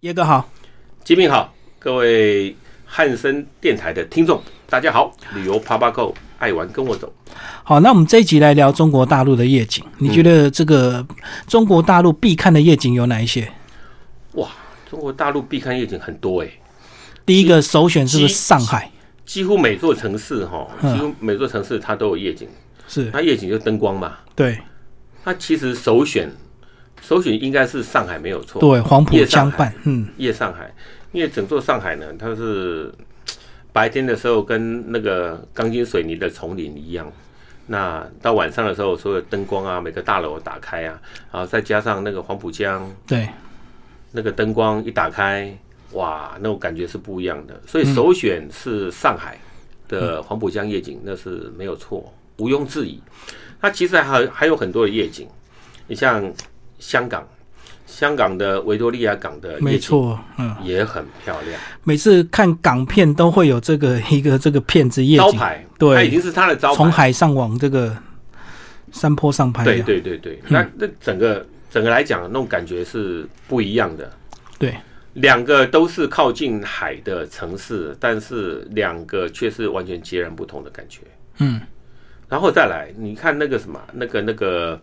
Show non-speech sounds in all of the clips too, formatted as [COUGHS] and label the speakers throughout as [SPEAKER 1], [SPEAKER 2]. [SPEAKER 1] 叶哥好，
[SPEAKER 2] 吉米好，各位汉森电台的听众，大家好。旅游趴趴购，爱玩跟我走。
[SPEAKER 1] 好，那我们这一集来聊中国大陆的夜景。你
[SPEAKER 2] 嗯
[SPEAKER 1] 觉得这个中国大陆必看的夜景有哪一些？
[SPEAKER 2] 哇，中国大陆必看夜景很多哎、
[SPEAKER 1] 第一个首选是不是上海？
[SPEAKER 2] 几乎每座城市哈，
[SPEAKER 1] 嗯
[SPEAKER 2] 几乎每座城市它都有夜景。
[SPEAKER 1] 是
[SPEAKER 2] 那夜景就灯光嘛，
[SPEAKER 1] 对
[SPEAKER 2] 它其实首选首选应该是上海没有错。
[SPEAKER 1] 对，黄浦
[SPEAKER 2] 夜上
[SPEAKER 1] 江
[SPEAKER 2] 海
[SPEAKER 1] 畔，嗯，
[SPEAKER 2] 夜上海，因为整座上海呢，它是白天的时候跟那个钢筋水泥的丛林一样。那到晚上的时候，所有灯光啊，每个大楼打开啊，然后再加上那个黄浦江
[SPEAKER 1] 对，
[SPEAKER 2] 那个灯光一打开，哇，那种感觉是不一样的。所以首选是上海的黄浦江夜景，那是没有错，毋庸置疑。那其实还还有很多的夜景，你像香港，香港的维多利亚港的
[SPEAKER 1] 没
[SPEAKER 2] 呃夜景
[SPEAKER 1] 错，嗯，
[SPEAKER 2] 也很漂亮。
[SPEAKER 1] 每次看港片都会有这个一个这个片子夜
[SPEAKER 2] 招
[SPEAKER 1] 景，
[SPEAKER 2] 牌，
[SPEAKER 1] 对
[SPEAKER 2] 它已经是它的招
[SPEAKER 1] 从
[SPEAKER 2] 牌。
[SPEAKER 1] 海啊上往这个山坡上拍
[SPEAKER 2] 对
[SPEAKER 1] 的，
[SPEAKER 2] 对对对，那那整个整个来讲，那种感觉是不一样的。
[SPEAKER 1] 对，
[SPEAKER 2] 两个都是靠近海的城市，但是两个却是完全截然不同的感觉。
[SPEAKER 1] 嗯，
[SPEAKER 2] 然后再来，你看那个什么，那个那个，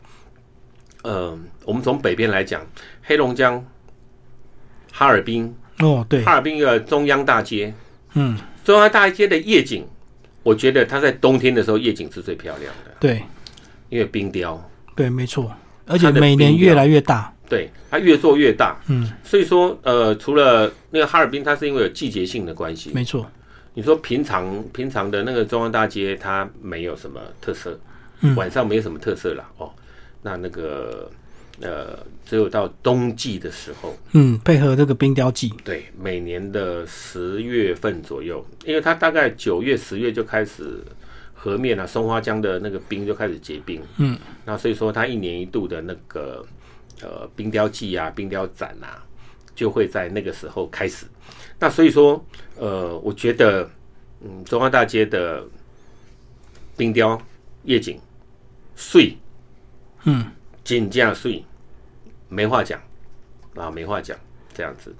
[SPEAKER 2] 呃，我们从北边来讲，黑龙江、哈尔滨，
[SPEAKER 1] 哦对，
[SPEAKER 2] 哈尔滨的中央大街，
[SPEAKER 1] 嗯
[SPEAKER 2] 中央大街的夜景，我觉得它在冬天的时候夜景是最漂亮的，
[SPEAKER 1] 对
[SPEAKER 2] 因为冰雕，
[SPEAKER 1] 对，没错，而且
[SPEAKER 2] 它的
[SPEAKER 1] 每年
[SPEAKER 2] 冰
[SPEAKER 1] 越
[SPEAKER 2] 雕
[SPEAKER 1] 来越大，
[SPEAKER 2] 对，它越做越大。
[SPEAKER 1] 嗯，
[SPEAKER 2] 所以说，呃，除了那个哈尔滨，它是因为有季节性的关系。
[SPEAKER 1] 没错，
[SPEAKER 2] 你说平常平常的那个中央大街，它没有什么特色，
[SPEAKER 1] 嗯
[SPEAKER 2] 晚上没什么特色啦。哦。那那个呃，只有到冬季的时候，
[SPEAKER 1] 嗯，配合这个冰雕季，
[SPEAKER 2] 对，每年的十月份左右，因为它大概九月、十月就开始河面啊、松花江的那个冰就开始结冰，
[SPEAKER 1] 嗯，
[SPEAKER 2] 那所以说它一年一度的那个呃冰雕季啊、冰雕展啊，就会在那个时候开始。那所以说，呃，我觉得，嗯，中央大街的冰雕夜景，水
[SPEAKER 1] 嗯。
[SPEAKER 2] 金啊价水，没话讲啊，没话讲，这样子。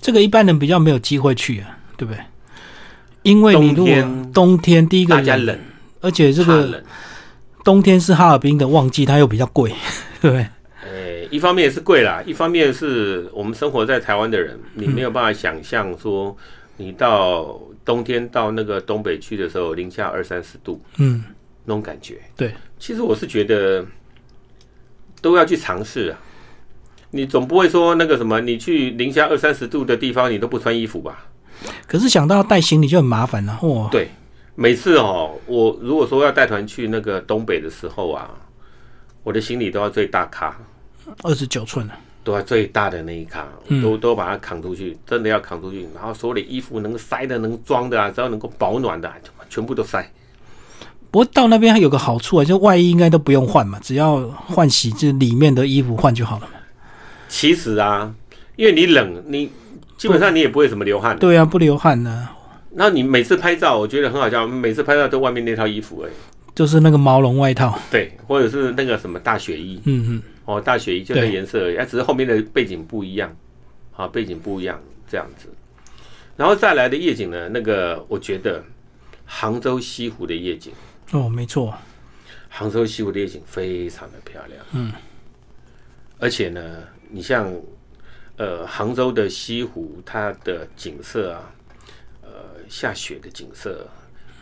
[SPEAKER 1] 这个一般人比较没有机会去啊，对不对？因为你如果
[SPEAKER 2] 冬天
[SPEAKER 1] 冬天第一个
[SPEAKER 2] 大家冷，
[SPEAKER 1] 而且这
[SPEAKER 2] 怕
[SPEAKER 1] 个
[SPEAKER 2] 冷。
[SPEAKER 1] 冬天是哈尔滨的旺季，它又比较贵， [LAUGHS] 对不对？
[SPEAKER 2] 呃，一方面是贵啦，一方面是我们生活在台湾的人，你没有办法想象说，你到冬天到那个东北去的时候，零下二三十度
[SPEAKER 1] 嗯，
[SPEAKER 2] 那种感觉。
[SPEAKER 1] 对，
[SPEAKER 2] 其实我是觉得都要去尝试啊。你总不会说那个什么，你去零下二三十度的地方，你都不穿衣服吧？
[SPEAKER 1] 可是想到要带行李就很麻烦了、哦，
[SPEAKER 2] 对，每次哦，我如果说要带团去那个东北的时候啊，我的行李都要最大咖。
[SPEAKER 1] 二十九寸啊，
[SPEAKER 2] 都要最大的那一卡，
[SPEAKER 1] 嗯
[SPEAKER 2] 都都把它扛出去，真的要扛出去。然后所有的衣服能塞的、能装的啊，只要能够保暖的、啊，全部都塞。
[SPEAKER 1] 不过到那边还有个好处啊，就外衣应该都不用换嘛，只要换洗这里面的衣服换就好了嘛。
[SPEAKER 2] 其实啊，因为你冷，你基本上你也不会什么流汗。
[SPEAKER 1] 对啊，不流汗呢、
[SPEAKER 2] 然后你每次拍照，我觉得很好笑，每次拍照都外面那套衣服而已，
[SPEAKER 1] 就是那个毛绒外套，
[SPEAKER 2] 对，或者是那个什么大雪衣
[SPEAKER 1] 嗯嗯，
[SPEAKER 2] 哦，大雪衣就那
[SPEAKER 1] 对
[SPEAKER 2] 颜色而已，啊，只是后面的背景不一样，啊，背景不一样这样子。然后再来的夜景呢，那个我觉得杭州西湖的夜景。
[SPEAKER 1] 哦，没错，
[SPEAKER 2] 杭州西湖的夜景非常的漂亮，嗯，而且呢，你像呃杭州的西湖，它的景色啊，呃下雪的景色，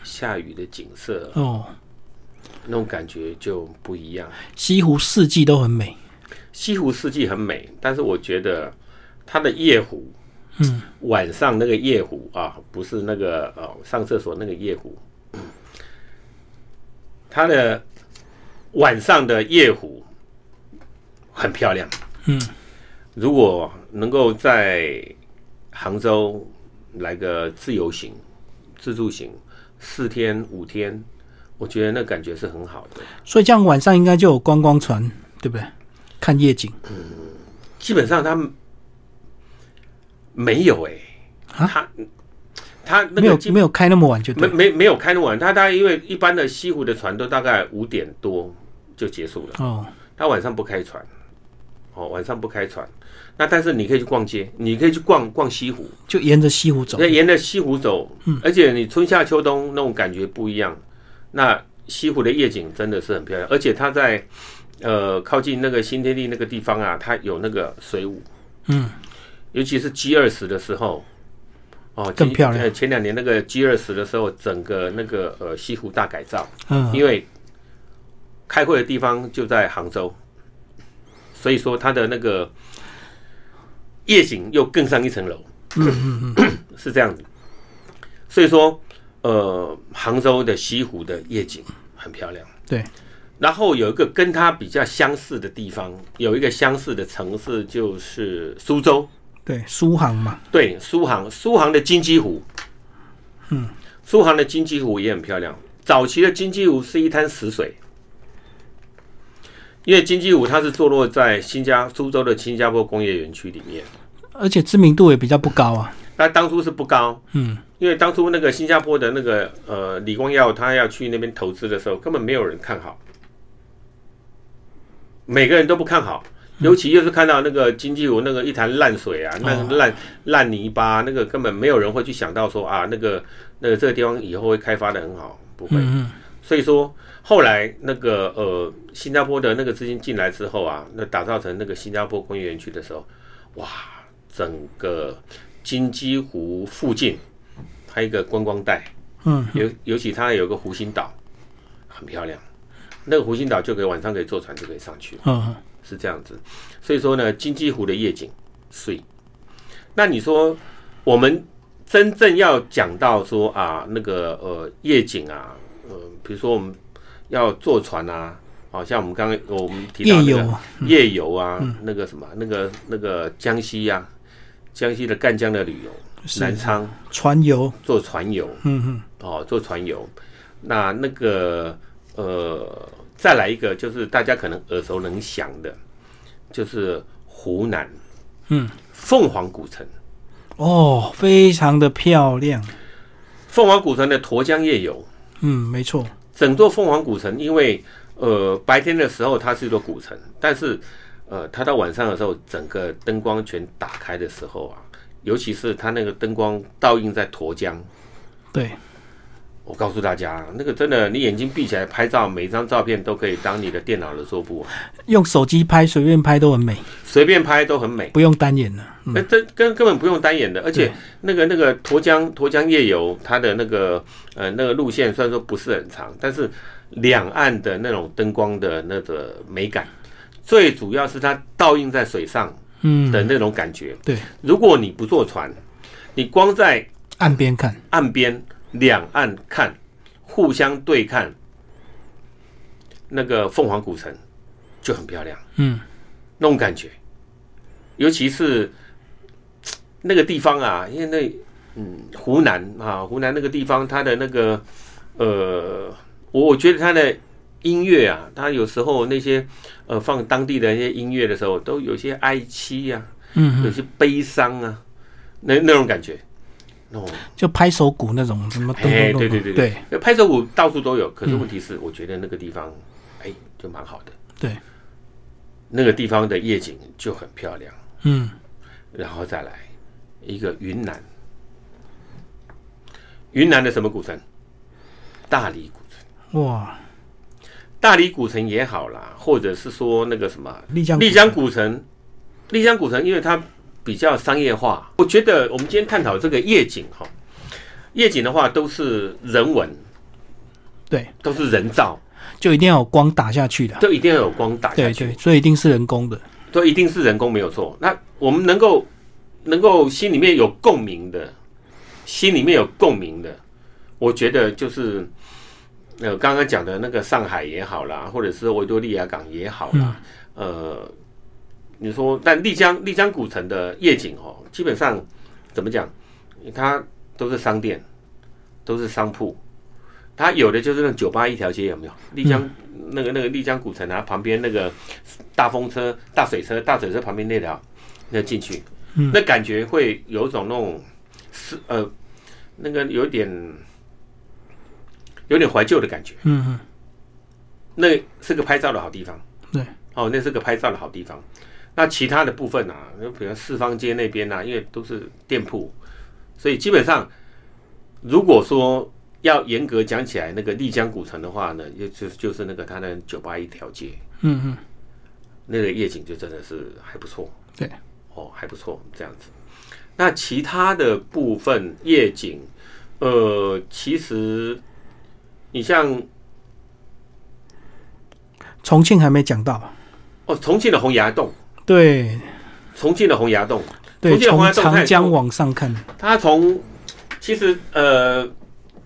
[SPEAKER 2] 下雨的景色，
[SPEAKER 1] 哦，
[SPEAKER 2] 那种感觉就不一样。
[SPEAKER 1] 西湖四季都很美，
[SPEAKER 2] 西湖四季很美，但是我觉得它的夜湖，嗯，晚上那个夜湖啊，不是那个呃上厕所那个夜湖，它的晚上的夜湖很漂亮。
[SPEAKER 1] 嗯，
[SPEAKER 2] 如果能够在杭州来个自由行、自助行，四天五天，我觉得那感觉是很好的。
[SPEAKER 1] 所以这样晚上应该就有观光船，对不对？看夜景。
[SPEAKER 2] 基本上他没有哎、
[SPEAKER 1] 啊
[SPEAKER 2] 他他那
[SPEAKER 1] 没
[SPEAKER 2] 个
[SPEAKER 1] 有
[SPEAKER 2] 基
[SPEAKER 1] 没有开那么晚就
[SPEAKER 2] 没
[SPEAKER 1] 对了。
[SPEAKER 2] 没没有开那么晚，他他因为一般的西湖的船都大概五点多就结束了，
[SPEAKER 1] 哦，
[SPEAKER 2] 他晚上不开船，哦，晚上不开船。那但是你可以去逛街，你可以去逛逛西湖，
[SPEAKER 1] 就沿着西湖走嗯
[SPEAKER 2] 那。沿着西湖走，而且你春夏秋冬那种感觉不一样。那西湖的夜景真的是很漂亮，而且它在呃靠近那个新天地那个地方啊，它有那个水舞，
[SPEAKER 1] 嗯，
[SPEAKER 2] 尤其是 G 二十的时候，哦，
[SPEAKER 1] 更
[SPEAKER 2] G-
[SPEAKER 1] 漂亮
[SPEAKER 2] 呃前两年那个 G 二十的时候，整个那个呃西湖大改造，
[SPEAKER 1] 嗯，
[SPEAKER 2] 因为开会的地方就在杭州，所以说它的那个夜景又更上一层楼， [COUGHS] 是这样子。所以说，呃，杭州的西湖的夜景很漂亮。
[SPEAKER 1] 对，
[SPEAKER 2] 然后有一个跟它比较相似的地方，有一个相似的城市就是苏州，
[SPEAKER 1] 对，苏杭嘛，
[SPEAKER 2] 对，苏杭，苏杭的金鸡湖，嗯，苏杭的金鸡湖也很漂亮。早期的金鸡湖是一滩死水，因为金鸡湖它是坐落在新加苏州的新加坡工业园区里面，
[SPEAKER 1] 而且知名度也比较不高啊。
[SPEAKER 2] 那当初是不高，
[SPEAKER 1] 嗯，
[SPEAKER 2] 因为当初那个新加坡的那个呃李光耀他要去那边投资的时候，根本没有人看好，每个人都不看好，尤其又是看到那个经济湖那个一潭烂水啊，那个烂烂泥巴，那个根本没有人会去想到说啊，那个那个这个地方以后会开发的很好，不会。
[SPEAKER 1] 嗯嗯，
[SPEAKER 2] 所以说后来那个呃新加坡的那个资金进来之后啊，那打造成那个新加坡工业园区的时候，哇，整个金鸡湖附近还有一个观光带，
[SPEAKER 1] 嗯，
[SPEAKER 2] 尤尤其它有个湖心岛，很漂亮。那个湖心岛就可以晚上可以坐船就可以上去，
[SPEAKER 1] 嗯，
[SPEAKER 2] 是这样子。所以说呢，金鸡湖的夜景水。那你说我们真正要讲到说啊，那个呃夜景啊，呃，比如说我们要坐船啊，好、像我们刚刚呃我们提到、
[SPEAKER 1] 夜
[SPEAKER 2] 那
[SPEAKER 1] 游嗯
[SPEAKER 2] 个，夜游啊，那个什么，那个那个江西呀、啊，江西的赣江的旅游，南
[SPEAKER 1] 是
[SPEAKER 2] 昌
[SPEAKER 1] 船游，
[SPEAKER 2] 坐船游，
[SPEAKER 1] 嗯嗯，
[SPEAKER 2] 哦，坐船游。那那个呃，再来一个，就是大家可能耳熟能详的，就是湖南，
[SPEAKER 1] 嗯，
[SPEAKER 2] 凤凰古城，
[SPEAKER 1] 哦，非常的漂亮。
[SPEAKER 2] 凤凰古城的沱江夜游，
[SPEAKER 1] 嗯，没错，
[SPEAKER 2] 整座凤凰古城，因为呃白天的时候它是一座古城，但是呃它到晚上的时候，整个灯光全打开的时候啊，尤其是它那个灯光倒映在沱江，
[SPEAKER 1] 对，
[SPEAKER 2] 我告诉大家，那个真的，你眼睛闭起来拍照，每一张照片都可以当你的电脑的桌布啊，
[SPEAKER 1] 用手机拍，随便拍都很美，
[SPEAKER 2] 随便拍都很美。
[SPEAKER 1] 不用单眼了。嗯
[SPEAKER 2] 那这根根本不用单眼的，而且那个那个沱江沱江夜游，它的那个呃那个路线虽然说不是很长，但是两岸的那种灯光的那个美感，最主要是它倒映在水上的
[SPEAKER 1] 嗯，
[SPEAKER 2] 那种感觉。
[SPEAKER 1] 对，
[SPEAKER 2] 如果你不坐船，你光在
[SPEAKER 1] 岸边看，
[SPEAKER 2] 岸边两岸看，互相对看，那个凤凰古城就很漂亮。
[SPEAKER 1] 嗯，
[SPEAKER 2] 那种感觉，尤其是那个地方啊，因为那嗯湖南啊，湖南那个地方，它的那个呃，我我觉得它的音乐啊，它有时候那些呃放当地的那些音乐的时候，都有一些哀戚啊，
[SPEAKER 1] 嗯，
[SPEAKER 2] 有些悲伤啊，那那种感觉。哦，
[SPEAKER 1] 就拍手鼓那种，什么哦咚
[SPEAKER 2] 哎，
[SPEAKER 1] 咚咚
[SPEAKER 2] 对
[SPEAKER 1] 咚，
[SPEAKER 2] 对对对
[SPEAKER 1] 对，
[SPEAKER 2] 拍手鼓到处都有，可是问题是，我觉得那个地方，哎，就蛮好的，
[SPEAKER 1] 对，
[SPEAKER 2] 那个地方的夜景就很漂亮。
[SPEAKER 1] 嗯，
[SPEAKER 2] 然后再来一个云南，云南的什么古城？大理古城，
[SPEAKER 1] 哇，
[SPEAKER 2] 大理古城也好啦，或者是说那个什么
[SPEAKER 1] 丽江，
[SPEAKER 2] 丽江，古城，丽江古城，因为它比较商业化。我觉得我们今天探讨这个夜景哈，夜景的话都是人文，
[SPEAKER 1] 对，
[SPEAKER 2] 都是人造，
[SPEAKER 1] 就一定要有光打下去的，
[SPEAKER 2] 都一定要有光打下
[SPEAKER 1] 对
[SPEAKER 2] 去。
[SPEAKER 1] 对，所以一定是人工的，
[SPEAKER 2] 都一定是人工没有错。那我们能够能够心里面有共鸣的，心里面有共鸣的，我觉得就是呃刚刚讲的那个上海也好啦，或者是维多利亚港也好啦，呃，你说但丽江丽江古城的夜景哦，基本上怎么讲，它都是商店，都是商铺。它有的就是那酒吧一条街有没有？丽江、那个那个丽江古城啊，旁边那个大风车、大水车、大水车旁边那条，那进去，
[SPEAKER 1] 嗯
[SPEAKER 2] 那感觉会有一种那种是呃，那个有点有点怀旧的感觉。
[SPEAKER 1] 嗯嗯，
[SPEAKER 2] 那是个拍照的好地方。
[SPEAKER 1] 对，
[SPEAKER 2] 哦，那是个拍照的好地方。那其他的部分啊，就比如四方街那边啊，因为都是店铺，所以基本上如果说要严格讲起来，那个丽江古城的话呢，也就就是那个它的九八一条街，
[SPEAKER 1] 嗯嗯，
[SPEAKER 2] 那个夜景就真的是还不错。
[SPEAKER 1] 对，
[SPEAKER 2] 哦，还不错，这样子。那其他的部分夜景，呃，其实你像
[SPEAKER 1] 重庆还没讲到，
[SPEAKER 2] 哦，重庆的洪崖洞，
[SPEAKER 1] 对
[SPEAKER 2] 重庆的洪崖洞，
[SPEAKER 1] 对，
[SPEAKER 2] 重庆
[SPEAKER 1] 从
[SPEAKER 2] 的红崖洞太
[SPEAKER 1] 长
[SPEAKER 2] 多
[SPEAKER 1] 江往上看，
[SPEAKER 2] 它从其实呃，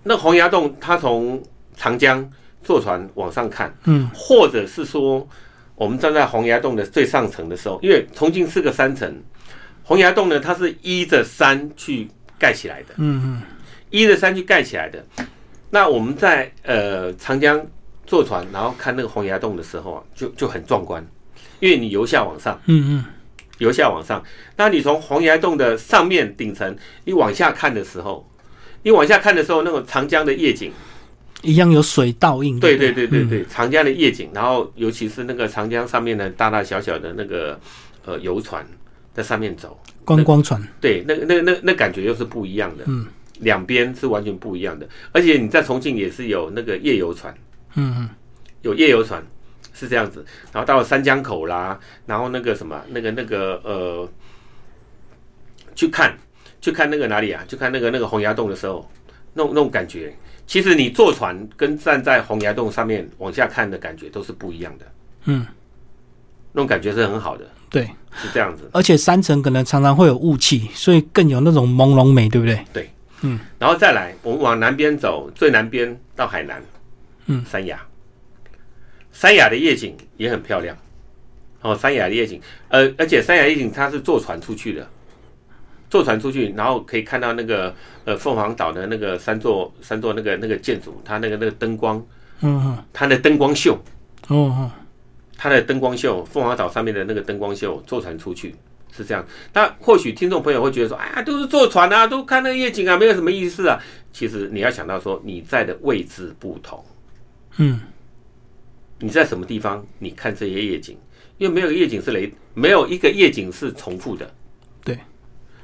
[SPEAKER 2] 那洪崖洞它从长江坐船往上看，
[SPEAKER 1] 嗯，
[SPEAKER 2] 或者是说我们站在洪崖洞的最上层的时候，因为重庆是个山城，洪崖洞呢它是依着山去盖起来的，
[SPEAKER 1] 嗯
[SPEAKER 2] 依着山去盖起来的。那我们在呃长江坐船，然后看那个洪崖洞的时候啊，就就很壮观，因为你由下往上。
[SPEAKER 1] 嗯嗯
[SPEAKER 2] 由下往上。那你从洪崖洞的上面顶层，你往下看的时候，你往下看的时候，那种长江的夜景，
[SPEAKER 1] 嗯，一样有水倒映，
[SPEAKER 2] 对
[SPEAKER 1] 不
[SPEAKER 2] 对对对对，长江的夜景，然后尤其是那个长江上面的大大小小的那个呃游船在上面走，
[SPEAKER 1] 观光船，
[SPEAKER 2] 对，那个那个那那感觉又是不一样的，
[SPEAKER 1] 嗯，
[SPEAKER 2] 两边是完全不一样的。而且你在重庆也是有那个夜游船，
[SPEAKER 1] 嗯嗯，
[SPEAKER 2] 有夜游船是这样子，然后到了三江口啦，然后那个什么，那个那个呃，去看去看那个哪里啊？去看那个那个洪崖洞的时候，那种那种感觉，其实你坐船跟站在洪崖洞上面往下看的感觉都是不一样的，
[SPEAKER 1] 嗯，
[SPEAKER 2] 那种感觉是很好的，
[SPEAKER 1] 对，
[SPEAKER 2] 是这样子。
[SPEAKER 1] 而且山城可能常常会有雾气，所以更有那种朦胧美，对不对？
[SPEAKER 2] 然后再来，我们往南边走，最南边到海南，
[SPEAKER 1] 嗯，
[SPEAKER 2] 三亚，三亚的夜景也很漂亮。哦，三亚的夜景，呃，而且三亚夜景它是坐船出去的，坐船出去，然后可以看到那个呃凤凰岛的那个三座三座那个那个建筑，它那个那个灯光，
[SPEAKER 1] 嗯
[SPEAKER 2] 它的灯光秀，
[SPEAKER 1] 嗯哦
[SPEAKER 2] 它的灯光秀，凤凰岛上面的那个灯光秀，坐船出去是这样。那或许听众朋友会觉得说，哎呀，都是坐船啊，都看那个夜景啊，没有什么意思啊。其实你要想到说，你在的位置不同，
[SPEAKER 1] 嗯
[SPEAKER 2] 你在什么地方，你看这些夜景，因为没有夜景是雷，没有一个夜景是重复的。
[SPEAKER 1] 对，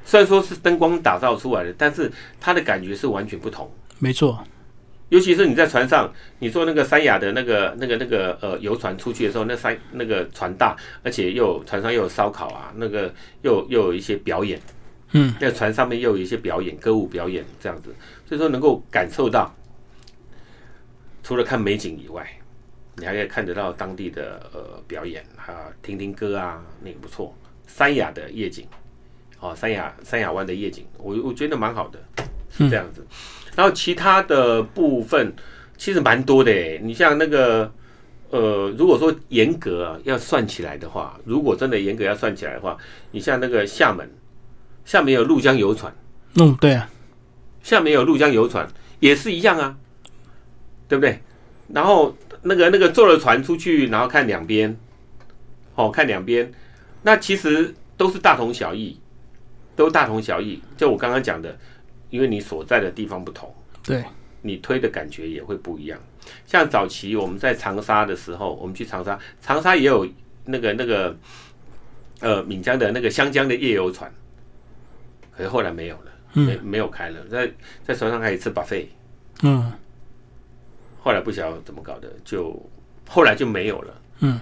[SPEAKER 2] 虽然说是灯光打造出来的，但是它的感觉是完全不同。
[SPEAKER 1] 没错，
[SPEAKER 2] 尤其是你在船上，你坐那个三亚的那个、那个、那个呃游船出去的时候，那三那个船大，而且又有船上又有烧烤啊，那个又又有一些表演，
[SPEAKER 1] 嗯，
[SPEAKER 2] 那个船上面又有一些表演，歌舞表演这样子，所以说能够感受到，除了看美景以外，你还可以看得到当地的呃表演啊，听听歌啊，那个不错。三亚的夜景，哦，三亚三亚湾的夜景，我我觉得蛮好的，是这样子。然后其他的部分其实蛮多的诶，你像那个呃，如果说严格啊要算起来的话，如果真的严格要算起来的话，你像那个厦门，厦门有鹭江游船，
[SPEAKER 1] 嗯对啊，
[SPEAKER 2] 厦门有鹭江游船也是一样啊，对不对？然后那个那个坐了船出去，然后看两边，哦，看两边，那其实都是大同小异，都大同小异。就我刚刚讲的，因为你所在的地方不同。
[SPEAKER 1] 对，
[SPEAKER 2] 你推的感觉也会不一样。像早期我们在长沙的时候，我们去长沙，长沙也有那个那个呃闽江的那个湘江的夜游船，可是后来没有了，没
[SPEAKER 1] 嗯
[SPEAKER 2] 没有开了，在在船上开始吃 buffet，
[SPEAKER 1] 嗯
[SPEAKER 2] 后来不晓得怎么搞的，就后来就没有了，
[SPEAKER 1] 嗯，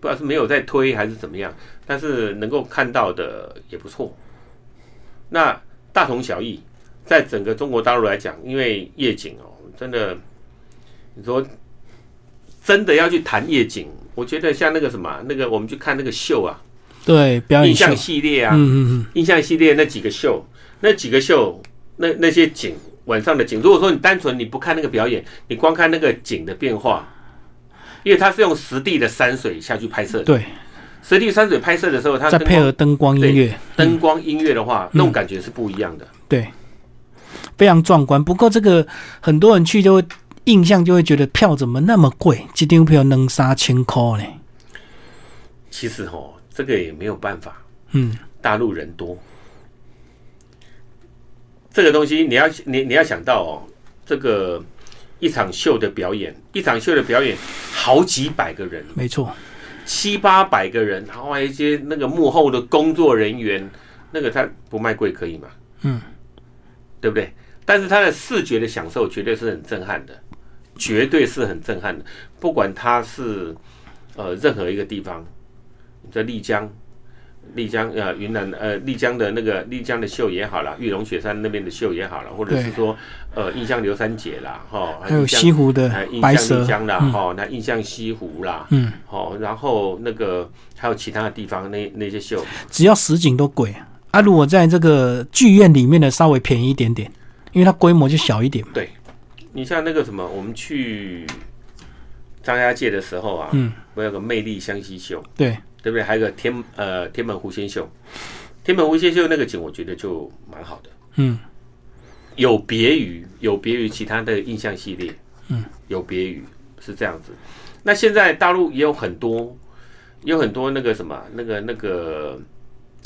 [SPEAKER 2] 不知道是没有在推还是怎么样，但是能够看到的也不错。那大同小异，在整个中国大陆来讲，因为夜景哦，真的，你说真的要去谈夜景，我觉得像那个什么，那个我们去看那个秀啊，
[SPEAKER 1] 对，表
[SPEAKER 2] 印
[SPEAKER 1] 演秀，
[SPEAKER 2] 象系列啊，
[SPEAKER 1] 嗯嗯
[SPEAKER 2] 印象系列那几个秀，那几个秀，那那些景，晚上的景。如果说你单纯你不看那个表演，你光看那个景的变化，因为它是用实地的山水下去拍摄
[SPEAKER 1] 嗯，
[SPEAKER 2] 的。
[SPEAKER 1] 对，
[SPEAKER 2] 实地山水拍摄的时候，它
[SPEAKER 1] 再
[SPEAKER 2] 灯
[SPEAKER 1] 配
[SPEAKER 2] 光
[SPEAKER 1] 合嗯灯光音乐，
[SPEAKER 2] 灯光音乐的话，那种感觉是不一样的。
[SPEAKER 1] 对，非常壮观。不过这个很多人去就会印象就会觉得票怎么那么贵，一张票能三千块呢？
[SPEAKER 2] 其实哦，这个也没有办法，
[SPEAKER 1] 嗯，
[SPEAKER 2] 大陆人多，这个东西你要你你要想到哦，这个一场秀的表演，一场秀的表演好几百个人。
[SPEAKER 1] 没错，
[SPEAKER 2] 七八百个人，然后还有一些那个幕后的工作人员，那个他不卖贵可以吗？
[SPEAKER 1] 嗯，
[SPEAKER 2] 对不对？但是他的视觉的享受绝对是很震撼的，绝对是很震撼的。不管他是呃任何一个地方，你在丽江。丽江呃，云南呃，丽江的那个丽江的秀也好啦，玉龙雪山那边的秀也好啦，或者是
[SPEAKER 1] 对
[SPEAKER 2] 说呃，印象刘三姐啦，哈，
[SPEAKER 1] 还有
[SPEAKER 2] 印象
[SPEAKER 1] 西湖的
[SPEAKER 2] 哎，印
[SPEAKER 1] 白
[SPEAKER 2] 象丽
[SPEAKER 1] 蛇，
[SPEAKER 2] 江啦，哦，那印象西湖啦，
[SPEAKER 1] 嗯，
[SPEAKER 2] 哦，然后那个还有其他的地方，那那些秀，
[SPEAKER 1] 只要实景都贵啊。如果在这个剧院里面的稍微便宜一点点，因为它规模就小一点嘛。
[SPEAKER 2] 你像那个什么，我们去张家界的时候啊，
[SPEAKER 1] 嗯，
[SPEAKER 2] 我有个魅力湘西秀，
[SPEAKER 1] 对，
[SPEAKER 2] 对不对？还有个天呃天门狐仙秀，天门狐仙秀那个景，我觉得就蛮好的，
[SPEAKER 1] 嗯，
[SPEAKER 2] 有别于有别于其他的印象系列，嗯，有别于是这样子。那现在大陆也有很多，也有很多那个什么，那个那个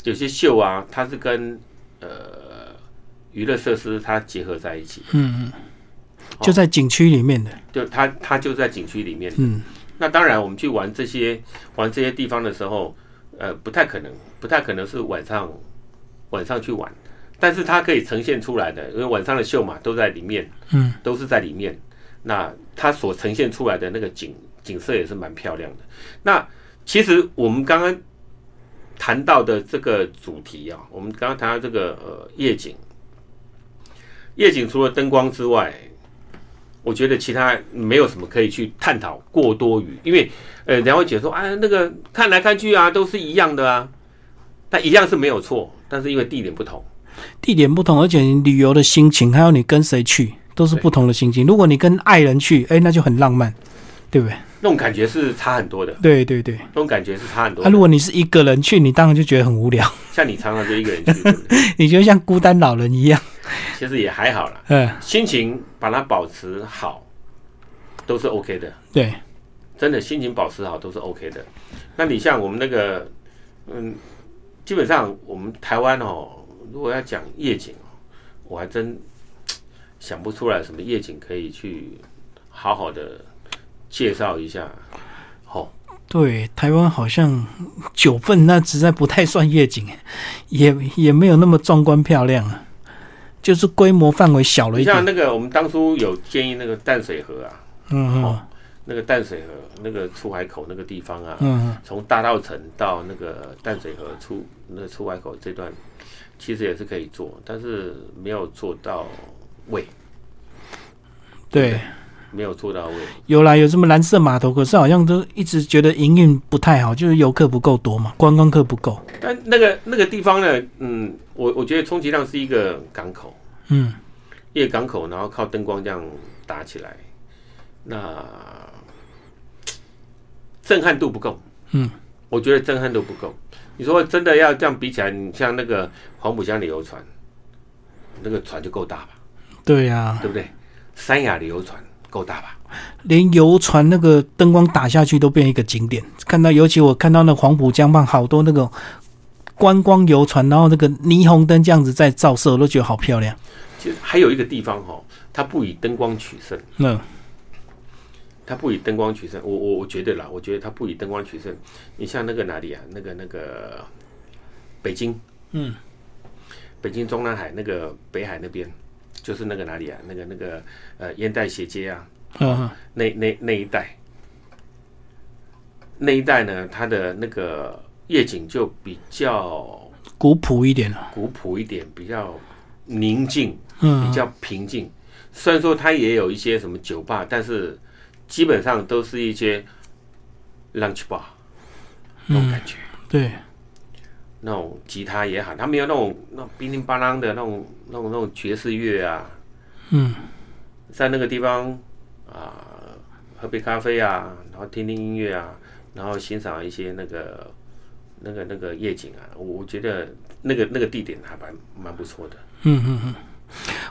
[SPEAKER 2] 有些秀啊，它是跟呃娱乐设施它结合在一起，
[SPEAKER 1] 就在景区里面的，
[SPEAKER 2] 就它它就在景区里面。
[SPEAKER 1] 嗯，
[SPEAKER 2] 那当然，我们去玩这些玩这些地方的时候，呃，不太可能，不太可能是晚上晚上去玩，但是它可以呈现出来的，因为晚上的秀嘛都在里面，
[SPEAKER 1] 嗯，
[SPEAKER 2] 都是在里面。那它所呈现出来的那个景景色也是蛮漂亮的。那其实我们刚刚谈到的这个主题啊，我们刚刚谈到这个呃夜景，夜景除了灯光之外，我觉得其他没有什么可以去探讨过多于，因为呃，梁慧姐说啊，那个看来看去啊，都是一样的啊，那一样是没有错，但是因为地点不同，
[SPEAKER 1] 地点不同，而且你旅游的心情，还有你跟谁去，都是不同的心情。如果你跟爱人去，哎、那就很浪漫，对不对？
[SPEAKER 2] 那种感觉是差很多的，
[SPEAKER 1] 对对对。
[SPEAKER 2] 那种感觉是差很多
[SPEAKER 1] 啊，
[SPEAKER 2] 的。
[SPEAKER 1] 如果你是一个人去，你当然就觉得很无聊， [LAUGHS]
[SPEAKER 2] 像你常常就一个人去，对不对
[SPEAKER 1] 你就像孤单老人一样。
[SPEAKER 2] 其实也还好啦，
[SPEAKER 1] 嗯，
[SPEAKER 2] 心情把它保持好，都是 OK 的。
[SPEAKER 1] 对，
[SPEAKER 2] 真的心情保持好都是 OK 的。那你像我们那个，嗯，基本上我们台湾哦，如果要讲夜景哦，我还真想不出来什么夜景可以去好好的介绍一下。哦，
[SPEAKER 1] 对，台湾好像九份那实在不太算夜景，也也没有那么壮观漂亮啊，就是规模范围小了
[SPEAKER 2] 你
[SPEAKER 1] 一
[SPEAKER 2] 像
[SPEAKER 1] 点。
[SPEAKER 2] 那个我们当初有建议那个淡水河啊，
[SPEAKER 1] 嗯嗯
[SPEAKER 2] 哦那个淡水河那个出海口那个地方啊，
[SPEAKER 1] 嗯，
[SPEAKER 2] 从大稻城到那个淡水河出那个出海口这段，其实也是可以做，但是没有做到位。
[SPEAKER 1] 对，
[SPEAKER 2] 没有做到位。
[SPEAKER 1] 有啦，有什么蓝色码头，可是好像都一直觉得营运不太好，就是游客不够多嘛，观光客不够。
[SPEAKER 2] 但那个那个地方呢，嗯，我我觉得充其量是一个港口，
[SPEAKER 1] 嗯，
[SPEAKER 2] 一个港口，然后靠灯光这样打起来，那震撼度不够。
[SPEAKER 1] 嗯，
[SPEAKER 2] 我觉得震撼度不够。你说真的要这样比起来，你像那个黄浦江旅游船，那个船就够大吧，
[SPEAKER 1] 对啊呀、
[SPEAKER 2] 对不对？三亚旅游船够大吧？
[SPEAKER 1] 连游船那个灯光打下去都变一个景点。看到，尤其我看到那黄浦江畔好多那种观光游船，然后那个霓虹灯这样子在照射，我都觉得好漂亮。
[SPEAKER 2] 其实还有一个地方哈、哦，它不以灯光取胜。
[SPEAKER 1] 嗯
[SPEAKER 2] 它不以灯光取胜，我我我觉得啦，我觉得它不以灯光取胜。你像那个哪里啊？那个那个北京，
[SPEAKER 1] 嗯，
[SPEAKER 2] 北京中南海那个北海那边，就是那个哪里啊？那个那个呃烟袋斜街啊，
[SPEAKER 1] 嗯嗯
[SPEAKER 2] 那那那一带，那一带呢，它的那个夜景就比较
[SPEAKER 1] 古朴一点啊了、
[SPEAKER 2] 古朴一点，比较宁静，比
[SPEAKER 1] 嗯，
[SPEAKER 2] 较平静。虽然说它也有一些什么酒吧，但是基本上都是一些 lunch bar 那种感觉，
[SPEAKER 1] 对，
[SPEAKER 2] 那种吉他也好，它没有那种那种叮叮巴啷的那种那种那种爵士乐啊，
[SPEAKER 1] 嗯，
[SPEAKER 2] 在那个地方啊、喝杯咖啡啊，然后听听音乐啊，然后欣赏一些那个那个那个夜景啊，我我觉得那个那个地点还蛮蛮不错的。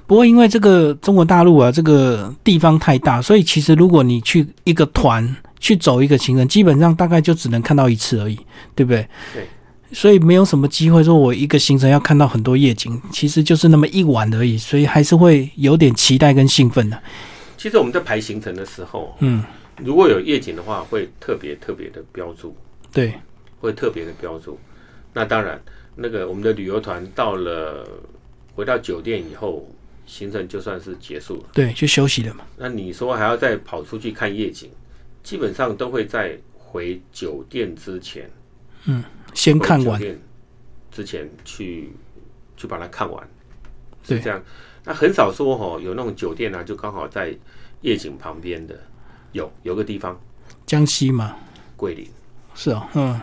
[SPEAKER 1] 不过因为这个中国大陆啊，这个地方太大，所以其实如果你去一个团去走一个行程，基本上大概就只能看到一次而已，对不对？
[SPEAKER 2] 对。
[SPEAKER 1] 所以没有什么机会说我一个行程要看到很多夜景，其实就是那么一晚而已，所以还是会有点期待跟兴奋的、
[SPEAKER 2] 其实我们在排行程的时候，
[SPEAKER 1] 嗯，
[SPEAKER 2] 如果有夜景的话，会特别特别的标注。
[SPEAKER 1] 对，
[SPEAKER 2] 会特别的标注。那当然，那个我们的旅游团到了回到酒店以后，行程就算是结束了。
[SPEAKER 1] 对，就休息了嘛。
[SPEAKER 2] 那你说还要再跑出去看夜景，基本上都会在回酒店之前，
[SPEAKER 1] 先
[SPEAKER 2] 回
[SPEAKER 1] 看
[SPEAKER 2] 酒
[SPEAKER 1] 完，
[SPEAKER 2] 店之前去去把它看完，
[SPEAKER 1] 对
[SPEAKER 2] 是这样。那很少说哦，有那种酒店啊，就刚好在夜景旁边的，有有个地方
[SPEAKER 1] 江西嘛，
[SPEAKER 2] 桂林，
[SPEAKER 1] 是哦，嗯，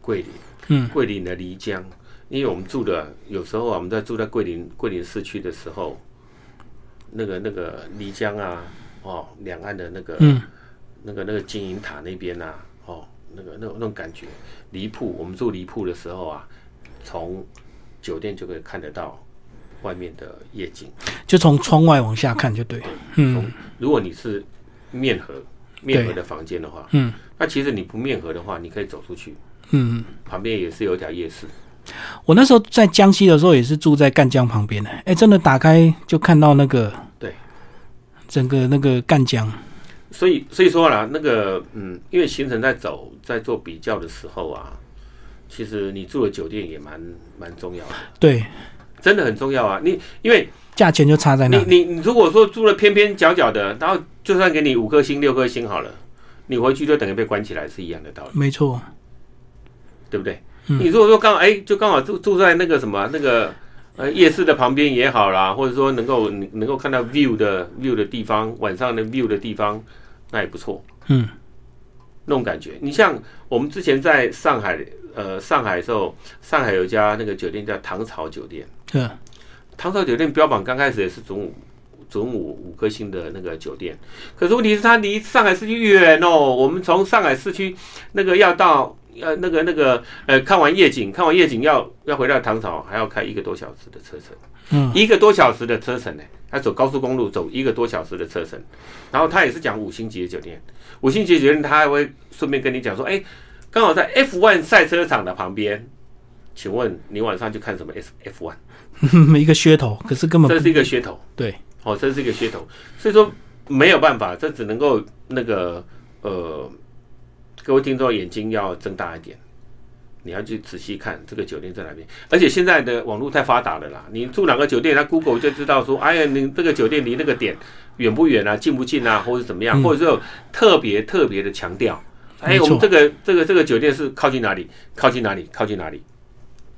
[SPEAKER 2] 桂林，
[SPEAKER 1] 嗯，
[SPEAKER 2] 桂林的漓江，因为我们住的有时候啊，我们在住在桂林桂林市区的时候，那个那个漓江啊，哦，两岸的那个，
[SPEAKER 1] 嗯
[SPEAKER 2] 那个那个金银塔那边啊，哦，那个那种那种感觉，离铺，我们住离铺的时候啊，从酒店就可以看得到外面的夜景。
[SPEAKER 1] 就从窗外往下看就对，嗯，
[SPEAKER 2] 如果你是面河面河的房间的话，
[SPEAKER 1] 嗯，
[SPEAKER 2] 那其实你不面河的话，你可以走出去，
[SPEAKER 1] 嗯。
[SPEAKER 2] 旁边也是有一条夜市。
[SPEAKER 1] 我那时候在江西的时候也是住在赣江旁边的，哎、真的打开就看到那个
[SPEAKER 2] 对，
[SPEAKER 1] 整个那个赣江，
[SPEAKER 2] 所以所以说啦，那个嗯，因为行程在走在做比较的时候啊，其实你住的酒店也蛮蛮重要的，
[SPEAKER 1] 对，
[SPEAKER 2] 真的很重要啊。你因为
[SPEAKER 1] 价钱就差在
[SPEAKER 2] 你
[SPEAKER 1] 那，
[SPEAKER 2] 你你如果说住了偏偏角角的，然后就算给你五颗星六颗星好了，你回去就等于被关起来是一样的道理，
[SPEAKER 1] 没错，
[SPEAKER 2] 对不对？
[SPEAKER 1] 嗯
[SPEAKER 2] 你如果说刚好哎、就刚好住住在那个什么那个呃夜市的旁边也好啦，或者说能够能能够看到 view 的 view 的地方，晚上的 view 的地方，那也不错。
[SPEAKER 1] 嗯，
[SPEAKER 2] 那种感觉。你像我们之前在上海，呃，上海的时候，上海有一家那个酒店叫唐朝酒店，
[SPEAKER 1] 对，
[SPEAKER 2] 唐朝酒店标榜刚开始也是准五准五五颗星的那个酒店，可是问题是它离上海市区远哦。我们从上海市区那个要到呃那个那个呃看完夜景，看完夜景要要回到唐朝，还要开一个多小时的车程。 [LAUGHS]
[SPEAKER 1] 嗯，
[SPEAKER 2] 一个多小时的车程呢、他走高速公路走一个多小时的车程，然后他也是讲五星级的酒店，五星级酒店他还会顺便跟你讲说，哎、刚好在 F1 赛车场的旁边，请问你晚上去看什么 S F1？
[SPEAKER 1] 一个噱头，可是根本
[SPEAKER 2] 这
[SPEAKER 1] 不
[SPEAKER 2] 是一个噱头，
[SPEAKER 1] 对，
[SPEAKER 2] 哦，这是一个噱头，所以说没有办法，这只能够那个呃，各位听众眼睛要睁大一点。你要去仔细看这个酒店在哪边，而且现在的网络太发达了啦，你住哪个酒店，那 Google 就知道说，哎呀，你这个酒店离那个点远不远啊，近不近啊，或者怎么样，
[SPEAKER 1] 嗯
[SPEAKER 2] 或者是有特别特别的强调，哎，
[SPEAKER 1] 没错
[SPEAKER 2] 我们这个这个这个酒店是靠近哪里，靠近哪里，靠近哪里，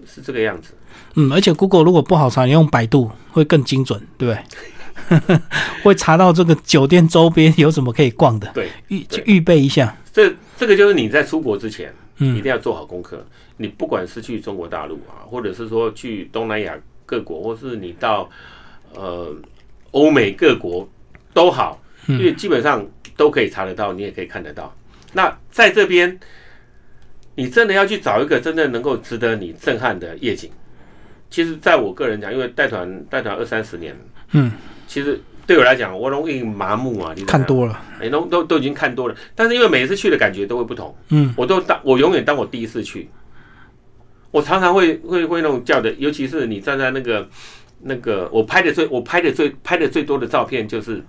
[SPEAKER 2] 是这个样子。
[SPEAKER 1] 嗯，而且 Google 如果不好查，你用百度会更精准，对不对？ [LAUGHS] 会查到这个酒店周边有什么可以逛的，
[SPEAKER 2] 对，
[SPEAKER 1] 预
[SPEAKER 2] 对
[SPEAKER 1] 预备一下，
[SPEAKER 2] 这这个就是你在出国之前，
[SPEAKER 1] 嗯
[SPEAKER 2] 一定要做好功课。你不管是去中国大陆啊，或者是说去东南亚各国，或是你到呃欧美各国都好，
[SPEAKER 1] 嗯
[SPEAKER 2] 因为基本上都可以查得到，你也可以看得到。那在这边，你真的要去找一个真正能够值得你震撼的夜景。其实，在我个人讲，因为带团带团二三十年，
[SPEAKER 1] 嗯，
[SPEAKER 2] 其实对我来讲，我容易麻木啊，你知道
[SPEAKER 1] 看
[SPEAKER 2] 吗
[SPEAKER 1] 多了，
[SPEAKER 2] 哎，都都都已经看多了，但是因为每一次去的感觉都会不同，
[SPEAKER 1] 嗯，
[SPEAKER 2] 我都当我永远当我第一次去，我常常会会会那种叫的，尤其是你站在那个那个我拍的最我拍的最拍的最多的照片就是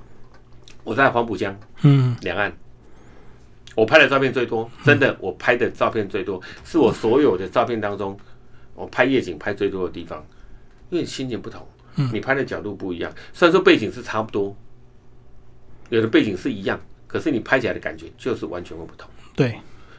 [SPEAKER 2] 我在黄浦江
[SPEAKER 1] 嗯，
[SPEAKER 2] 两岸，我拍的照片最多，真的我拍的照片最多，是我所有的照片当中
[SPEAKER 1] 嗯
[SPEAKER 2] 我拍夜景拍最多的地方，因为心情不同，
[SPEAKER 1] 嗯
[SPEAKER 2] 你拍的角度不一样，虽然说背景是差不多，有的背景是一样，可是你拍起来的感觉就是完全会不同。
[SPEAKER 1] 对，